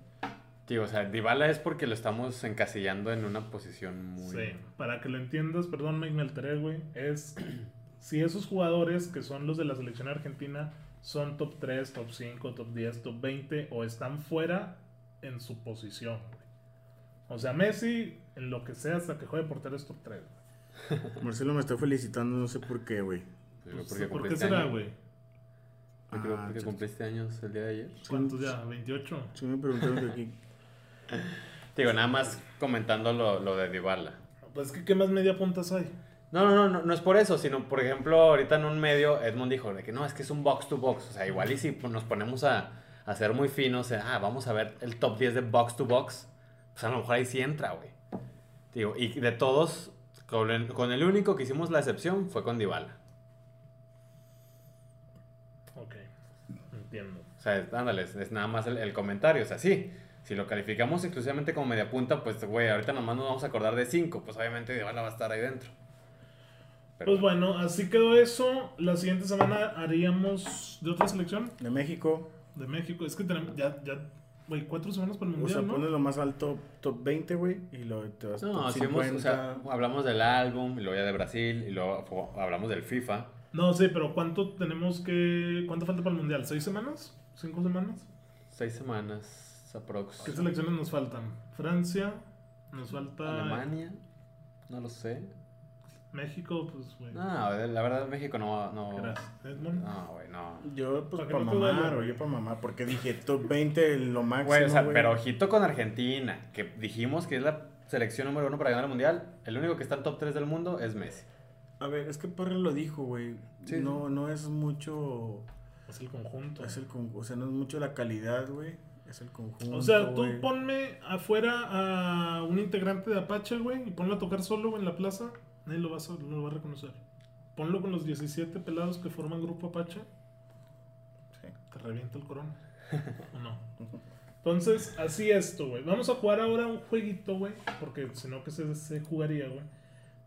C: Digo, o sea, Dybala es porque lo estamos encasillando en una posición muy...
A: Sí, para que lo entiendas, perdón, Mike, me alteré, güey. Es si esos jugadores que son los de la selección argentina son top 3, top 5, top 10, top 20 o están fuera en su posición, güey. O sea, Messi, en lo que sea, hasta que juegue portero es top 3. güey.
B: Marcelo me está felicitando, no sé por qué, güey.
C: Digo,
A: Pues,
C: porque
A: ¿Por qué
C: cumpliste
A: será,
C: años.
A: güey?
C: Yo creo
B: Ah,
C: porque
B: chale.
C: cumpliste años el día de ayer.
A: ¿Cuántos ya? ¿28?
B: Sí me preguntaron que aquí...
C: Digo, nada más comentando lo, lo de Dybala.
A: Pues que, ¿qué más media puntas hay?
C: No, no, no, no, no es por eso, sino por ejemplo, ahorita en un medio, Edmond dijo de que no, es que es un box to box. O sea, igual y si pues, nos ponemos a, a ser muy finos, eh, ah, vamos a ver el top 10 de box to box, pues a lo mejor ahí sí entra, güey. Digo, y de todos, con el, con el único que hicimos la excepción fue con Dybala.
A: Ok, entiendo.
C: O sea, es- ándale, es, es nada más el, el comentario. O sea, sí, si lo calificamos exclusivamente como media punta, pues, güey, ahorita nomás nos vamos a acordar de 5, pues obviamente Dybala va a estar ahí dentro. Pero,
A: Pues bueno, así quedó eso. La siguiente semana haríamos de otra selección
B: De México,
A: de México. Es que tenemos ya, ya, güey, cuatro semanas para el
B: o sea,
A: mundial,
B: pones
A: ¿no?
B: lo más alto, top 20, güey, y lo te vas
C: No,
B: top
C: hicimos,
B: 50.
C: o sea, hablamos del álbum, y luego ya de Brasil, y luego fu- hablamos del FIFA.
A: No, sí, pero ¿cuánto tenemos que. ¿Cuánto falta para el mundial? ¿Seis semanas? ¿Cinco semanas?
C: Seis semanas, aprox.
A: ¿Qué selecciones nos faltan? Francia, nos falta.
C: Alemania, no lo sé.
A: México, pues, güey.
C: No, de- la verdad México no... No,
A: Gracias. Edmond.
C: no güey, no.
B: Yo, pues,
A: Para que
B: para
A: no te duela,
B: mamar,
A: güey.
B: güey, yo para mamar, porque dije top 20 lo máximo,
C: Güey,
B: güey.
C: o sea, pero ojito con Argentina, que dijimos que es la selección número uno para ganar el Mundial. El único que está en top 3 del mundo es Messi.
B: A ver, es que Parra lo dijo, güey.
C: Sí, sí.
B: no, no es mucho...
A: Es el conjunto.
B: Es el con- o sea, no es mucho la calidad, güey. Es el conjunto.
A: O sea, tú
B: güey.
A: ponme afuera a un integrante de Apache, güey, y ponlo a tocar solo güey, en la plaza, nadie lo va a, sab- no lo va a reconocer. Ponlo con los 17 pelados que forman grupo Apache,
B: Sí.
A: te revienta el corona. ¿O no? Entonces, así esto, güey. Vamos a jugar ahora un jueguito, güey. Porque si no, que se, se jugaría, güey.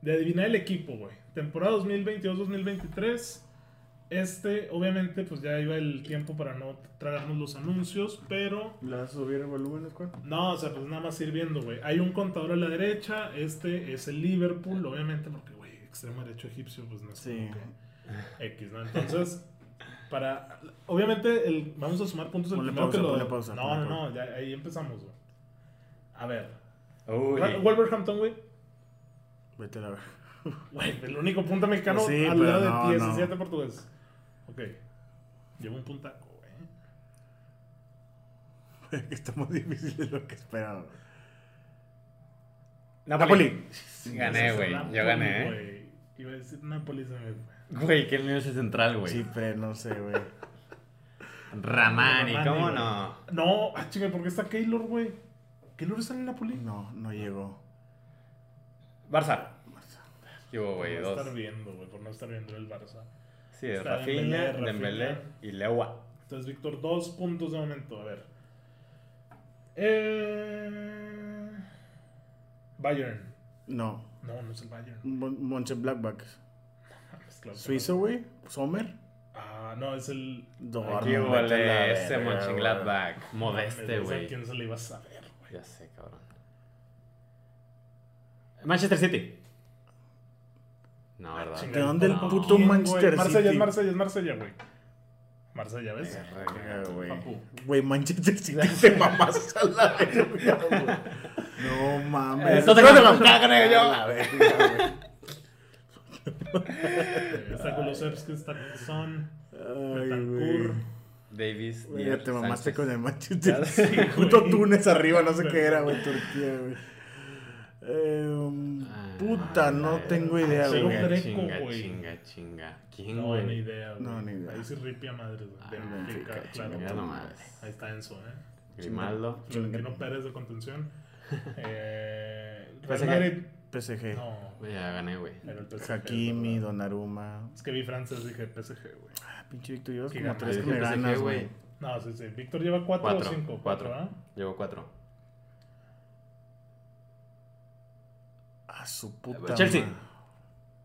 A: De adivinar el equipo, güey. Temporada 2022-2023. Este, obviamente, pues ya iba el tiempo para no tragarnos los anuncios, pero
B: ¿Le vas a subir el volumen, Squad?
A: no, o sea, pues nada más ir viendo, güey. Hay un contador a la derecha, este es el Liverpool, obviamente, porque, güey, extremo derecho egipcio, pues no es
B: Sí.
A: como que X, ¿no? Entonces, para. Obviamente, el, vamos a sumar puntos el
B: Ponle
A: primero que
B: pausa,
A: lo.
B: ponle pausa,
A: no,
B: ponle
A: no, no, ya, ahí empezamos, güey. A ver.
C: Uy.
A: Wa- Wolverhampton, güey.
B: Vete a la ver.
A: Güey, el único punta mexicano
B: Pues sí,
A: al
B: pero
A: lado de
B: no,
A: 17
B: no.
A: portugueses. Ok. Llevo un puntaco, güey.
B: Que está más difícil de lo que esperaba.
C: Napoli.
B: Napoli.
C: Gané,
A: Ese es
C: güey.
A: Napoli,
C: Yo gané, ¿eh?
A: güey. Iba a decir Napoli, se me fue.
C: Güey, ¿qué nivel es el central, güey?
B: Sí, pero no sé, güey.
C: Ramani,
A: Ramani,
C: ¿cómo
A: güey.
C: no?
A: No, ah, chinga, ¿por qué está Keylor, güey? ¿Keylor está en Napoli?
B: No, no llegó.
C: Barça. ¿Qué hubo,
A: por
C: güey?
A: no estar
C: Dos.
A: viendo, güey, por no estar viendo el Barça.
C: Sí, de
A: Está Dembélé,
C: Rafinha,
A: Rafinha.
C: Dembélé y Lewa.
A: Entonces, Víctor, dos puntos de momento, a ver. Eh... Bayern.
B: No.
A: No, no es el Bayern.
B: Mon- Monche Blackback.
A: Mames, claro que
B: Suizo, güey. pues, Sommer.
A: no. Ah, no, es el...
B: Dortmund,
C: Aquí hubo
B: vete a la
C: ese
B: verga,
C: Mönchengladbach.
A: Mames,
C: Modeste,
A: o sea,
C: este, güey.
A: ¿Quién se le iba a saber, güey?
C: Ya sé, cabrón. Manchester City. No, ¿verdad?
A: Chinga,
B: ¿De dónde el
A: ¿por
B: puto
A: quién, güey?
B: Manchester
A: Marsella,
B: City?
A: es Marsella, es Marsella, güey. Marsella, ¿ves?
B: verga, güey.
A: Papu.
B: Güey, Manchester City te mamás a la verga, güey. No mames.
C: No te creas,
B: A
C: no, creo yo.
B: la verga,
A: Eh, Está Kulusevski, está Son,
B: güey. Ay, güey.
A: Betancourt.
C: Davis.
B: Güey,
C: Nier,
B: ya te mamaste
C: Sánchez.
B: con el Manchester
C: Ya
B: City.
A: sé,
B: Justo
A: güey.
B: Túnez arriba, no sé qué era, güey, Turquía, güey. Eh, um,
C: Ah,
B: puta, no
C: la
B: tengo
A: verga.
B: idea,
A: Sí,
B: güey.
A: hombre.
C: Chinga,
A: Greco,
C: chinga,
A: güey.
C: chinga, chinga. ¿Quién,
A: No, ni
C: güey?
A: idea, güey.
B: No, ni idea.
A: Ahí sí ripia madre, güey.
C: Ah,
A: De
B: Benfica,
A: Benfica, claro.
C: Mira nomás.
A: Ahí está Enzo, ¿eh?
C: Grimaldo.
A: Florentino Pérez de contención. Eh, Real
C: PSG.
A: Madrid.
B: PSG.
A: No,
C: Güey, ya gané, güey.
A: era el PSG.
B: Hakimi,
A: ¿verdad?
B: Donnarumma.
A: Es que vi francés, dije PSG, güey.
B: Ah, pinche Víctor, llevas
A: Qué
B: como
A: gana.
B: tres que
C: Yo
B: me
C: dije PSG,
B: ganas,
C: güey.
B: güey.
A: No, sí, sí. Víctor lleva 4 o ¿eh?
C: Cuatro,
A: 5.
C: cuatro.
A: 4, ¿verdad?
C: Llevo cuatro.
B: A su puta
C: Chelsea.
B: madre.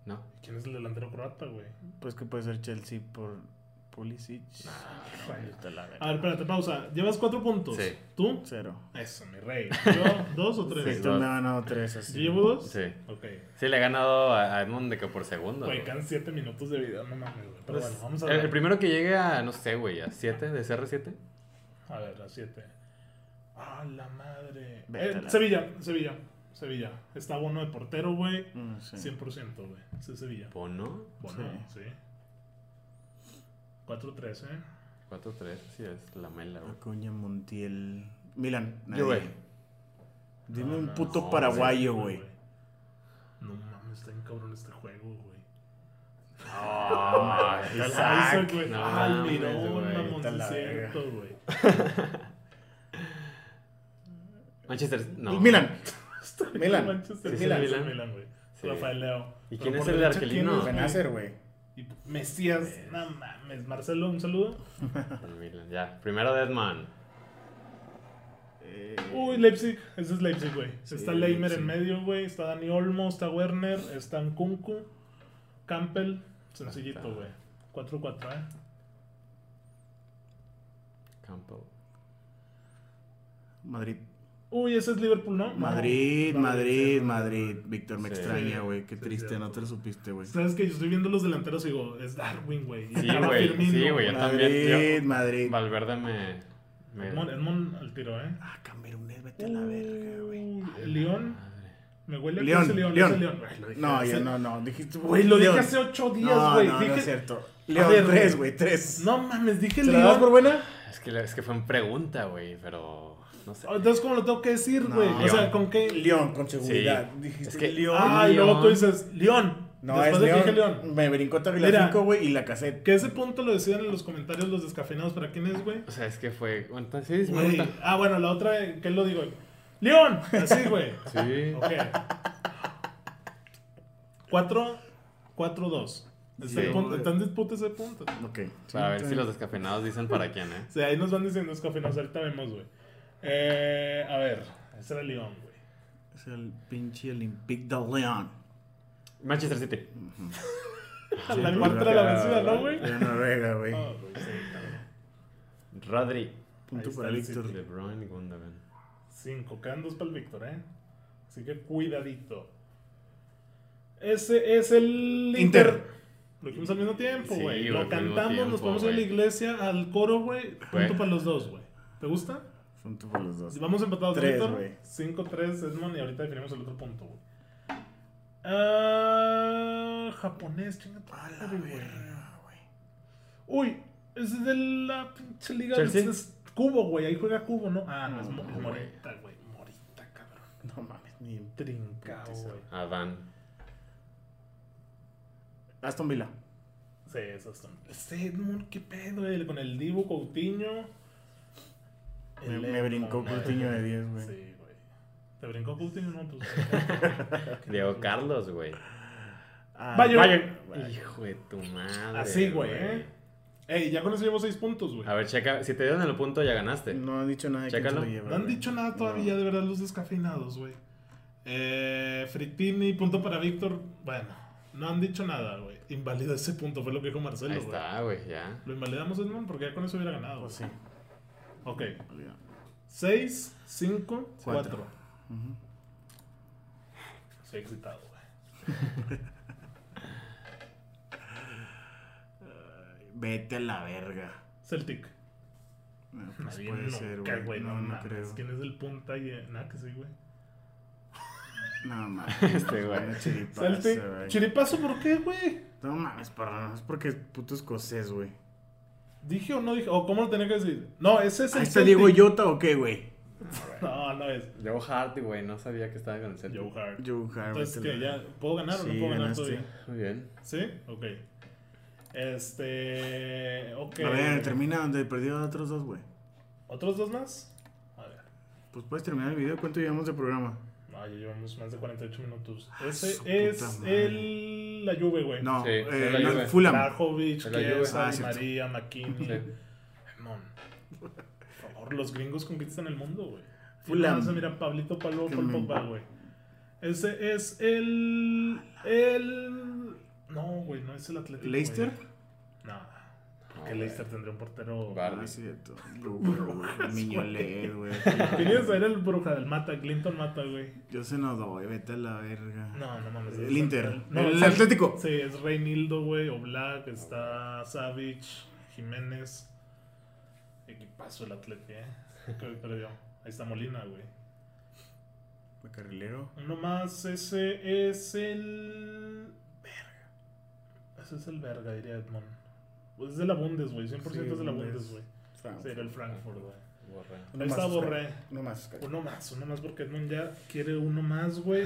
C: No.
A: ¿Quién es el delantero croata, güey?
B: Pues que puede ser Chelsea por Pulisic. Vete a la verga.
A: A ver, espérate, pausa. Llevas 4 puntos.
C: Sí.
A: ¿Tú?
B: Cero.
A: Eso, mi rey. ¿Yo dos o
B: Sí,
A: tres?
B: tú
C: dos.
B: me has ganado tres así.
A: ¿Yo llevo dos?
C: Sí.
A: Ok.
C: Sí, le he ganado a a Edmond de que por segundo.
A: Güey,
C: güey.
A: quedan 7 minutos de video, no mames, güey. Pero bueno, vamos a
C: El, Pues, eh, el
A: ver.
C: primero que llegue a, no sé, güey, a 7, de CR7.
A: A ver, a 7. ¡Ah, la madre!
B: Vete
A: Eh,
B: a la-
A: Sevilla, Sevilla, Sevilla. Está Bono de portero, güey.
B: Mm, sí.
A: 100%, güey. Sí, Sevilla.
C: Bono.
A: Bono, sí. 4-3, ¿eh?
C: 4-3, sí, es la mela, güey.
B: Acuña, Montiel. Milan. nadie.
C: Juve.
B: Dime
A: No,
B: un
A: no,
B: puto
C: no,
B: paraguayo, güey.
A: No mames, está bien cabrón este juego, güey.
C: Ah,
A: Isaac, güey.
C: No
A: Ah,
C: mames,
A: miró
C: güey.
A: mamón, sí
B: Está la
A: es cierto, güey.
C: Manchester, no.
B: Milan.
A: Milan.
B: Milan.
A: Manchester
C: Sí, sí,
A: Milan.
C: Milan.
A: Sí, Milan, güey.
C: Sí.
A: Rafael Leo.
C: ¿Y
A: Pero
C: quién
A: por
C: es el
A: derecha,
C: argelino?
A: ¿quién es, güey?
B: Benacer, güey.
A: Y Mesías. No mames. Marcelo, un saludo.
C: El Milan, ya. Primero Deadman.
B: Eh,
A: Uy, Leipzig. Ese es Leipzig, güey. está Leimer
B: Leipzig.
A: en medio, güey. Está Dani Olmo. Está Werner. Está Nkunku. Campbell. Sencillito,
C: Está.
A: güey. 4-4, ¿eh?
C: Campo.
B: Madrid.
A: Uy, ese es Liverpool, ¿no? No.
B: Madrid,
A: No,
B: Madrid,
A: sí, no, no, no.
B: Madrid. Víctor, me
C: Sí.
B: extraña, güey. Qué
A: Sí,
B: triste,
A: cierto.
B: no te lo supiste, güey.
A: Sabes que yo estoy viendo los delanteros y digo, es Darwin, güey. Y
C: Sí,
A: estaba
C: güey,
A: Firmino,
C: sí, güey. Yo también,
B: Madrid,
C: yo-
B: Madrid.
C: Valverde me. me...
A: Edmond, Edmond al tiro, ¿eh?
B: Ah, Camerún, vete a la verga, güey.
A: Uy, León.
C: Madre.
A: Me huele
B: León,
A: a que es León,
B: León.
A: es León. Ay, lo dije
B: No,
A: hace-
B: yo no, no. Dijiste,
A: Güey, lo dije
B: León.
A: hace ocho días,
B: No,
A: güey.
B: no,
A: dije...
B: no es cierto. León,
A: ver,
B: tres,
A: güey.
B: güey, tres.
A: No mames, dije
B: ¿Te la das por
A: León.
B: buena?
C: Es que, es que fue en pregunta, güey, pero. No sé.
A: Entonces, ¿cómo lo tengo que decir,
B: No.
A: güey? o sea,
C: León.
A: ¿con qué?
B: León, con seguridad.
C: Sí.
B: Dijiste
C: Es que-
B: León.
A: Ah, y luego
C: León.
A: tú dices, León.
B: No,
A: Después
B: es
A: de
B: León.
A: que dije León.
B: Me brincó
A: Mira.
B: Tagliafico, güey, y la cassette.
A: Que ese punto lo decían en los comentarios los descafeinados. ¿Para quién es, güey?
C: O sea, es que fue. Bueno, entonces, sí, me
A: Güey.
C: gusta.
A: Ah, bueno, la otra, eh, ¿qué lo digo? ¡León! Así, güey.
C: Sí.
A: Ok. 4-2. Está en
C: Sí.
A: punto- está en disputa ese punto.
B: Ok.
C: Para ver
B: Sí,
C: si los descafeinados dicen para quién, ¿eh?
A: O sea, ahí nos van diciendo escofinados, ahorita vemos, güey. Eh, a ver, ese era León, güey.
B: Es el pinche Olympique de León.
C: Manchester City.
A: la cuarta era la vencida, ¿no, güey?
B: De Noruega, güey.
A: Ah, güey, sí, cabrón.
C: Rodri.
A: Ahí
B: Punto
A: está
B: para
A: el
B: Víctor.
A: City.
C: De Bruyne y Gundogan.
A: Cinco, quedan dos para el Víctor, ¿eh? Así que cuidadito. Ese es el
B: Inter.
A: Lo dijimos al mismo tiempo,
C: Sí,
A: güey.
C: güey,
A: Lo
C: fue al mismo
A: cantamos, nos
C: tiempo,
A: vamos a la
C: güey.
A: iglesia, al coro, güey. Punto
C: Güey.
A: para los dos, güey. ¿Te gusta?
B: Punto para los dos.
A: Vamos empatados,
B: Tres,
A: Víctor.
B: güey.
A: 5-3, Edmond, y ahorita definimos el otro punto, güey. Ah, japonés, chinga tu
B: A la
A: madre, güey.
B: verga, güey.
A: Uy, es de la pinche liga.
C: Chelsea.
A: Es, es Cubo, güey. Ahí juega Cubo, ¿no? Ah, no, es
B: No,
A: Mo-
C: güey.
A: Morita, güey. Morita, cabrón.
B: No mames, ni en
A: Trincao,
B: Putiza.
A: güey.
C: Adán.
B: Aston Villa.
A: Sí, eso está. Este Edmond, qué pedo, güey. Con el Divo Coutinho.
B: Me,
A: El
B: me
A: Edmond,
B: brincó
A: güey.
B: Coutinho de 10, güey.
A: Sí, güey. ¿Te brincó Coutinho? No, pues.
C: Diego Carlos, güey.
B: Ah,
A: Bayern.
C: Hijo de tu madre.
A: Así, güey, ¿eh? Ey, ya con eso llevo 6 puntos, güey.
C: A ver, checa. Si te dieron el punto, ya ganaste.
B: No han dicho nada de quién se lo
C: Chécalo.
B: lleva,
A: No han
B: güey.
A: dicho nada todavía, de verdad, los descafeinados, güey. Eh, Frittini, punto para Víctor. Bueno, no han dicho nada, güey. Invalida ese punto, fue lo que dijo Marcelo,
C: Ahí
A: güey.
C: está, güey, ya.
A: Lo invalidamos, Edmond, porque ya con eso hubiera ganado.
B: Pues sí.
A: güey. Ok. 6, 5, 4.
B: Cuatro. Ujú.
A: Estoy excitado, güey.
B: Vete a la verga.
A: Celtic.
B: No, pues
A: Nadie
B: puede
A: nunca,
B: ser, güey. No, no
A: mames,
B: creo.
A: ¿Quién es el punta? Y... eh, Nada que sí, güey.
B: No mames.
C: Este, güey.
B: Una chiripaza,
A: Celtic.
B: güey.
A: ¿Chiripazo por qué, güey?
B: No mames, para es porque es puto escocés, güey.
A: ¿Dije o no dije? ¿O cómo lo tenía que decir? No, ese es el
B: Ahí
A: Celtic.
B: está Ah, este Diego Yota o qué, güey.
A: No, no es.
C: Joe Hart, güey. No sabía que estaba con el Celtic.
A: Joe Hart.
B: Joe Hart.
A: Entonces,
B: vete
A: ¿qué?
B: a la-
A: ¿Ya puedo ganar o no
B: Sí,
A: puedo ganar
B: ganaste.
A: todavía?
C: Muy bien.
A: ¿Sí? Ok. Este. Ok.
B: A ver, termina donde perdió a otros dos, güey.
A: ¿Otros dos más? A ver.
B: Pues puedes terminar el video. ¿Cuánto llevamos de programa?
A: No, ya llevamos más de 48 minutos.
B: su
A: Ese
B: puta
A: es
B: madre.
A: el. La Juve, güey.
B: No,
C: Sí,
B: eh,
C: la
B: no,
C: Juve.
B: Fulham.
A: Blajovic,
C: Es la Juve.
A: Chiesa,
B: Ah, cierto.
A: María, McKinney.
C: Sí.
A: Mon. Por favor, los gringos conquistan el mundo, güey.
B: Fulham.
A: Fulham. Mira, Pablito Pablo
B: Qué
A: Paul
B: men-
A: Pogba, güey. Ese es el. El. No, güey, no es el Atlético. güey.
B: ¿Leicester?
A: No.
C: No,
A: Que
C: güey.
A: Leicester tendría un portero.
C: Vale.
B: Ah, es cierto. Brujas, Miñolet, güey.
A: Querías ver el bruja del mata, Clinton mata, güey.
B: Yo se no doy, vete a la verga.
A: No, no mames.
B: El
A: es-
B: Inter.
A: no,
B: el
A: es-
B: Atlético.
A: Sí, es Reinildo, güey. Oblak, está Savic, Jiménez. Equipazo el Atlético, eh. Creo que perdió. Ahí está Molina, güey.
B: Carrilero.
A: Uno más, ese es el. Verga. Ese es el verga, diría Edmond. Pues es de la Bundes, güey. 100%
B: Sí,
A: es de la
B: Bundes.
A: Bundes, güey. Sí, era el Frankfurt, güey.
C: Borra.
B: Uno
A: Ahí
B: más,
A: está
B: Oscar.
A: Borré.
B: No más, Oscar.
A: Uno más, uno más, porque Edmond ya quiere uno más, güey.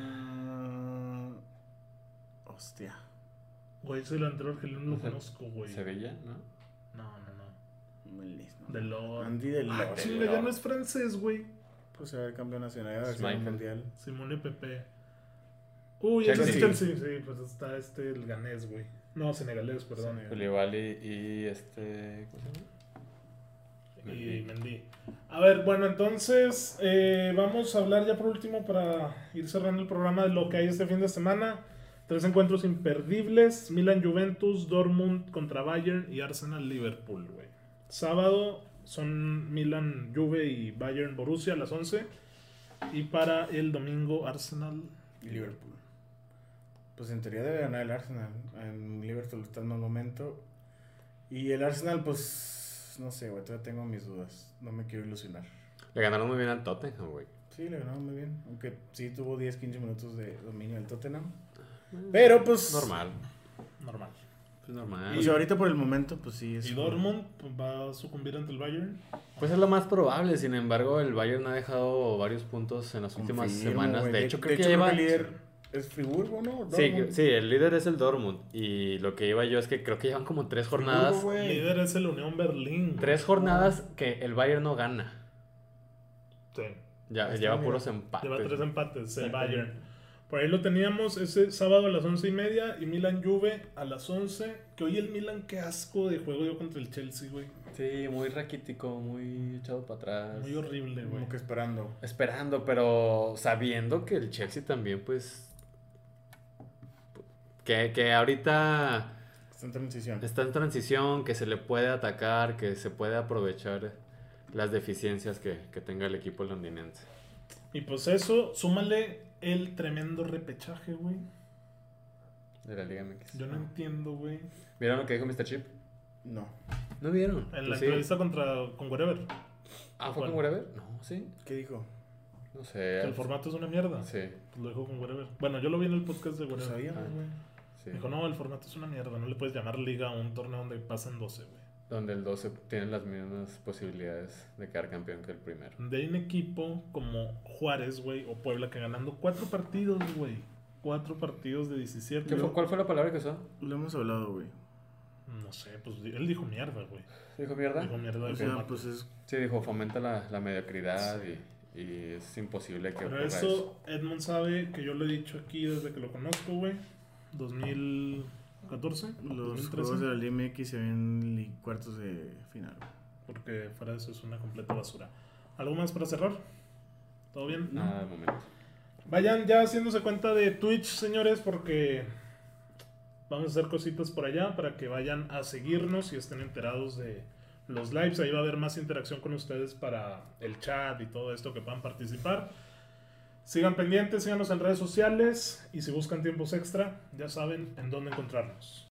B: Ah, hostia.
A: Güey, soy el anterior argelino, lo
C: Ajá.
A: conozco, güey.
C: Sevilla, ¿no?
A: No, no, no.
B: Melis, ¿no?
A: De lo.
B: Andy de
A: Ah,
B: Lord.
A: chinga, ya no es francés, güey.
B: Pues haber campeón nacional, haber sido
C: Michael.
B: mundial.
A: Simone Pepe. Uy, ese es
B: Chelsea.
A: Chelsea. Sí, pues está este, el ganés, güey. No, senegalés, perdón.
C: Culibali y este. ¿Cómo se llama?
A: Y Mendy. A ver, bueno, entonces eh, vamos a hablar ya por último para ir cerrando el programa de lo que hay este fin de semana. Tres encuentros imperdibles: Milan Juventus, Dortmund contra Bayern y Arsenal Liverpool, güey. Sábado son Milan Juve y Bayern Borussia a las 11. Y para el domingo Arsenal
B: Y Liverpool. Pues en teoría debe ganar el Arsenal. En Liverpool está en un momento. Y el Arsenal, pues. No sé, güey. Todavía tengo mis dudas. No me quiero ilusionar.
C: Le ganaron muy bien al Tottenham, güey.
B: Sí, le ganaron muy bien. Aunque sí tuvo 10, 15 minutos de dominio del Tottenham. Pero pues.
C: Normal.
A: normal.
C: Pues normal.
B: O sea, ahorita por el momento, pues sí. Es
A: Y Dortmund pues, va a sucumbir ante el Bayern.
C: Pues es lo más probable. Sin embargo, el Bayern ha dejado varios puntos en las
B: Confirmo,
C: últimas semanas.
B: güey.
C: De hecho, creo que lleva.
B: el líder es Friburgo, ¿no?
C: Sí,
B: Dortmund.
C: sí, el líder es el Dortmund. Y lo que iba yo es que creo que llevan como tres jornadas.
B: Friburgo, güey.
A: Líder es el Unión Berlín. güey.
C: Tres jornadas que el Bayern no gana.
A: Sí.
C: Ya,
B: Ahí está,
C: lleva
B: mira.
C: puros
A: Lleva tres em-
C: empates.
A: empates el Bayern. Por ahí lo teníamos ese sábado a las once y media y Milan Juve a las 11. Que hoy el Milan, qué asco de juego dio contra el Chelsea, güey.
C: Sí, muy raquítico, muy echado para atrás.
A: Muy horrible, güey.
B: Como que esperando.
C: Esperando, pero sabiendo que el Chelsea también, pues. Que, que ahorita
B: Está en transición.
C: está en transición, que se le puede atacar, que se puede aprovechar las deficiencias que, que tenga el equipo londinense.
A: Y pues eso, súmale el tremendo repechaje, güey.
C: De la Liga MX.
A: Yo no entiendo, güey.
C: ¿Vieron lo que dijo Mr. Chip?
B: No.
C: ¿No vieron?
A: En la
C: Pues sí.
A: entrevista contra, con Wherever.
C: Ah, ¿fue
A: ¿Cuál?
C: con Wherever? No, sí.
B: ¿Qué dijo?
C: No sé.
A: que el formato es una mierda.
C: Sí,
A: Pues lo dijo con Wherever. Bueno, yo lo vi en el podcast de
B: Pues
A: Wherever.
B: sabíamos,
C: Ah.
B: güey.
C: sí.
A: Dijo, no, el formato es una mierda. No le puedes llamar liga a un torneo donde pasan 12, güey.
C: Donde el 12 tiene las mismas posibilidades de quedar campeón que el primero.
A: De ahí un equipo como Juárez, güey, o Puebla, que ganando cuatro partidos, güey. Cuatro partidos de 17.
C: ¿Qué fue- ¿Cuál fue la palabra que usó?
B: Lo hemos hablado, güey.
A: No sé, pues di- él dijo mierda, güey.
C: ¿Dijo mierda?
A: Dijo mierda de
B: O sea,
A: formato.
B: pues es.
C: Sí, dijo, fomenta la, la mediocridad y, y es imposible que
A: Pero
C: ocurra
A: eso, Edmond sabe que yo lo he dicho aquí desde que lo conozco, güey. 2014,
B: Los
A: 2013.
B: juegos de la Liga MX se ven en cuartos de final.
A: Porque fuera de eso es una completa basura. ¿Algo más para cerrar? ¿Todo bien?
C: Nada de momento.
A: Vayan ya haciéndose cuenta de Twitch, señores, porque vamos a hacer cositas por allá para que vayan a seguirnos y estén enterados de los lives. Ahí va a haber más interacción con ustedes para el chat y todo esto que puedan participar. Sigan pendientes, síganos en redes sociales y si buscan tiempos extra, ya saben en dónde encontrarnos.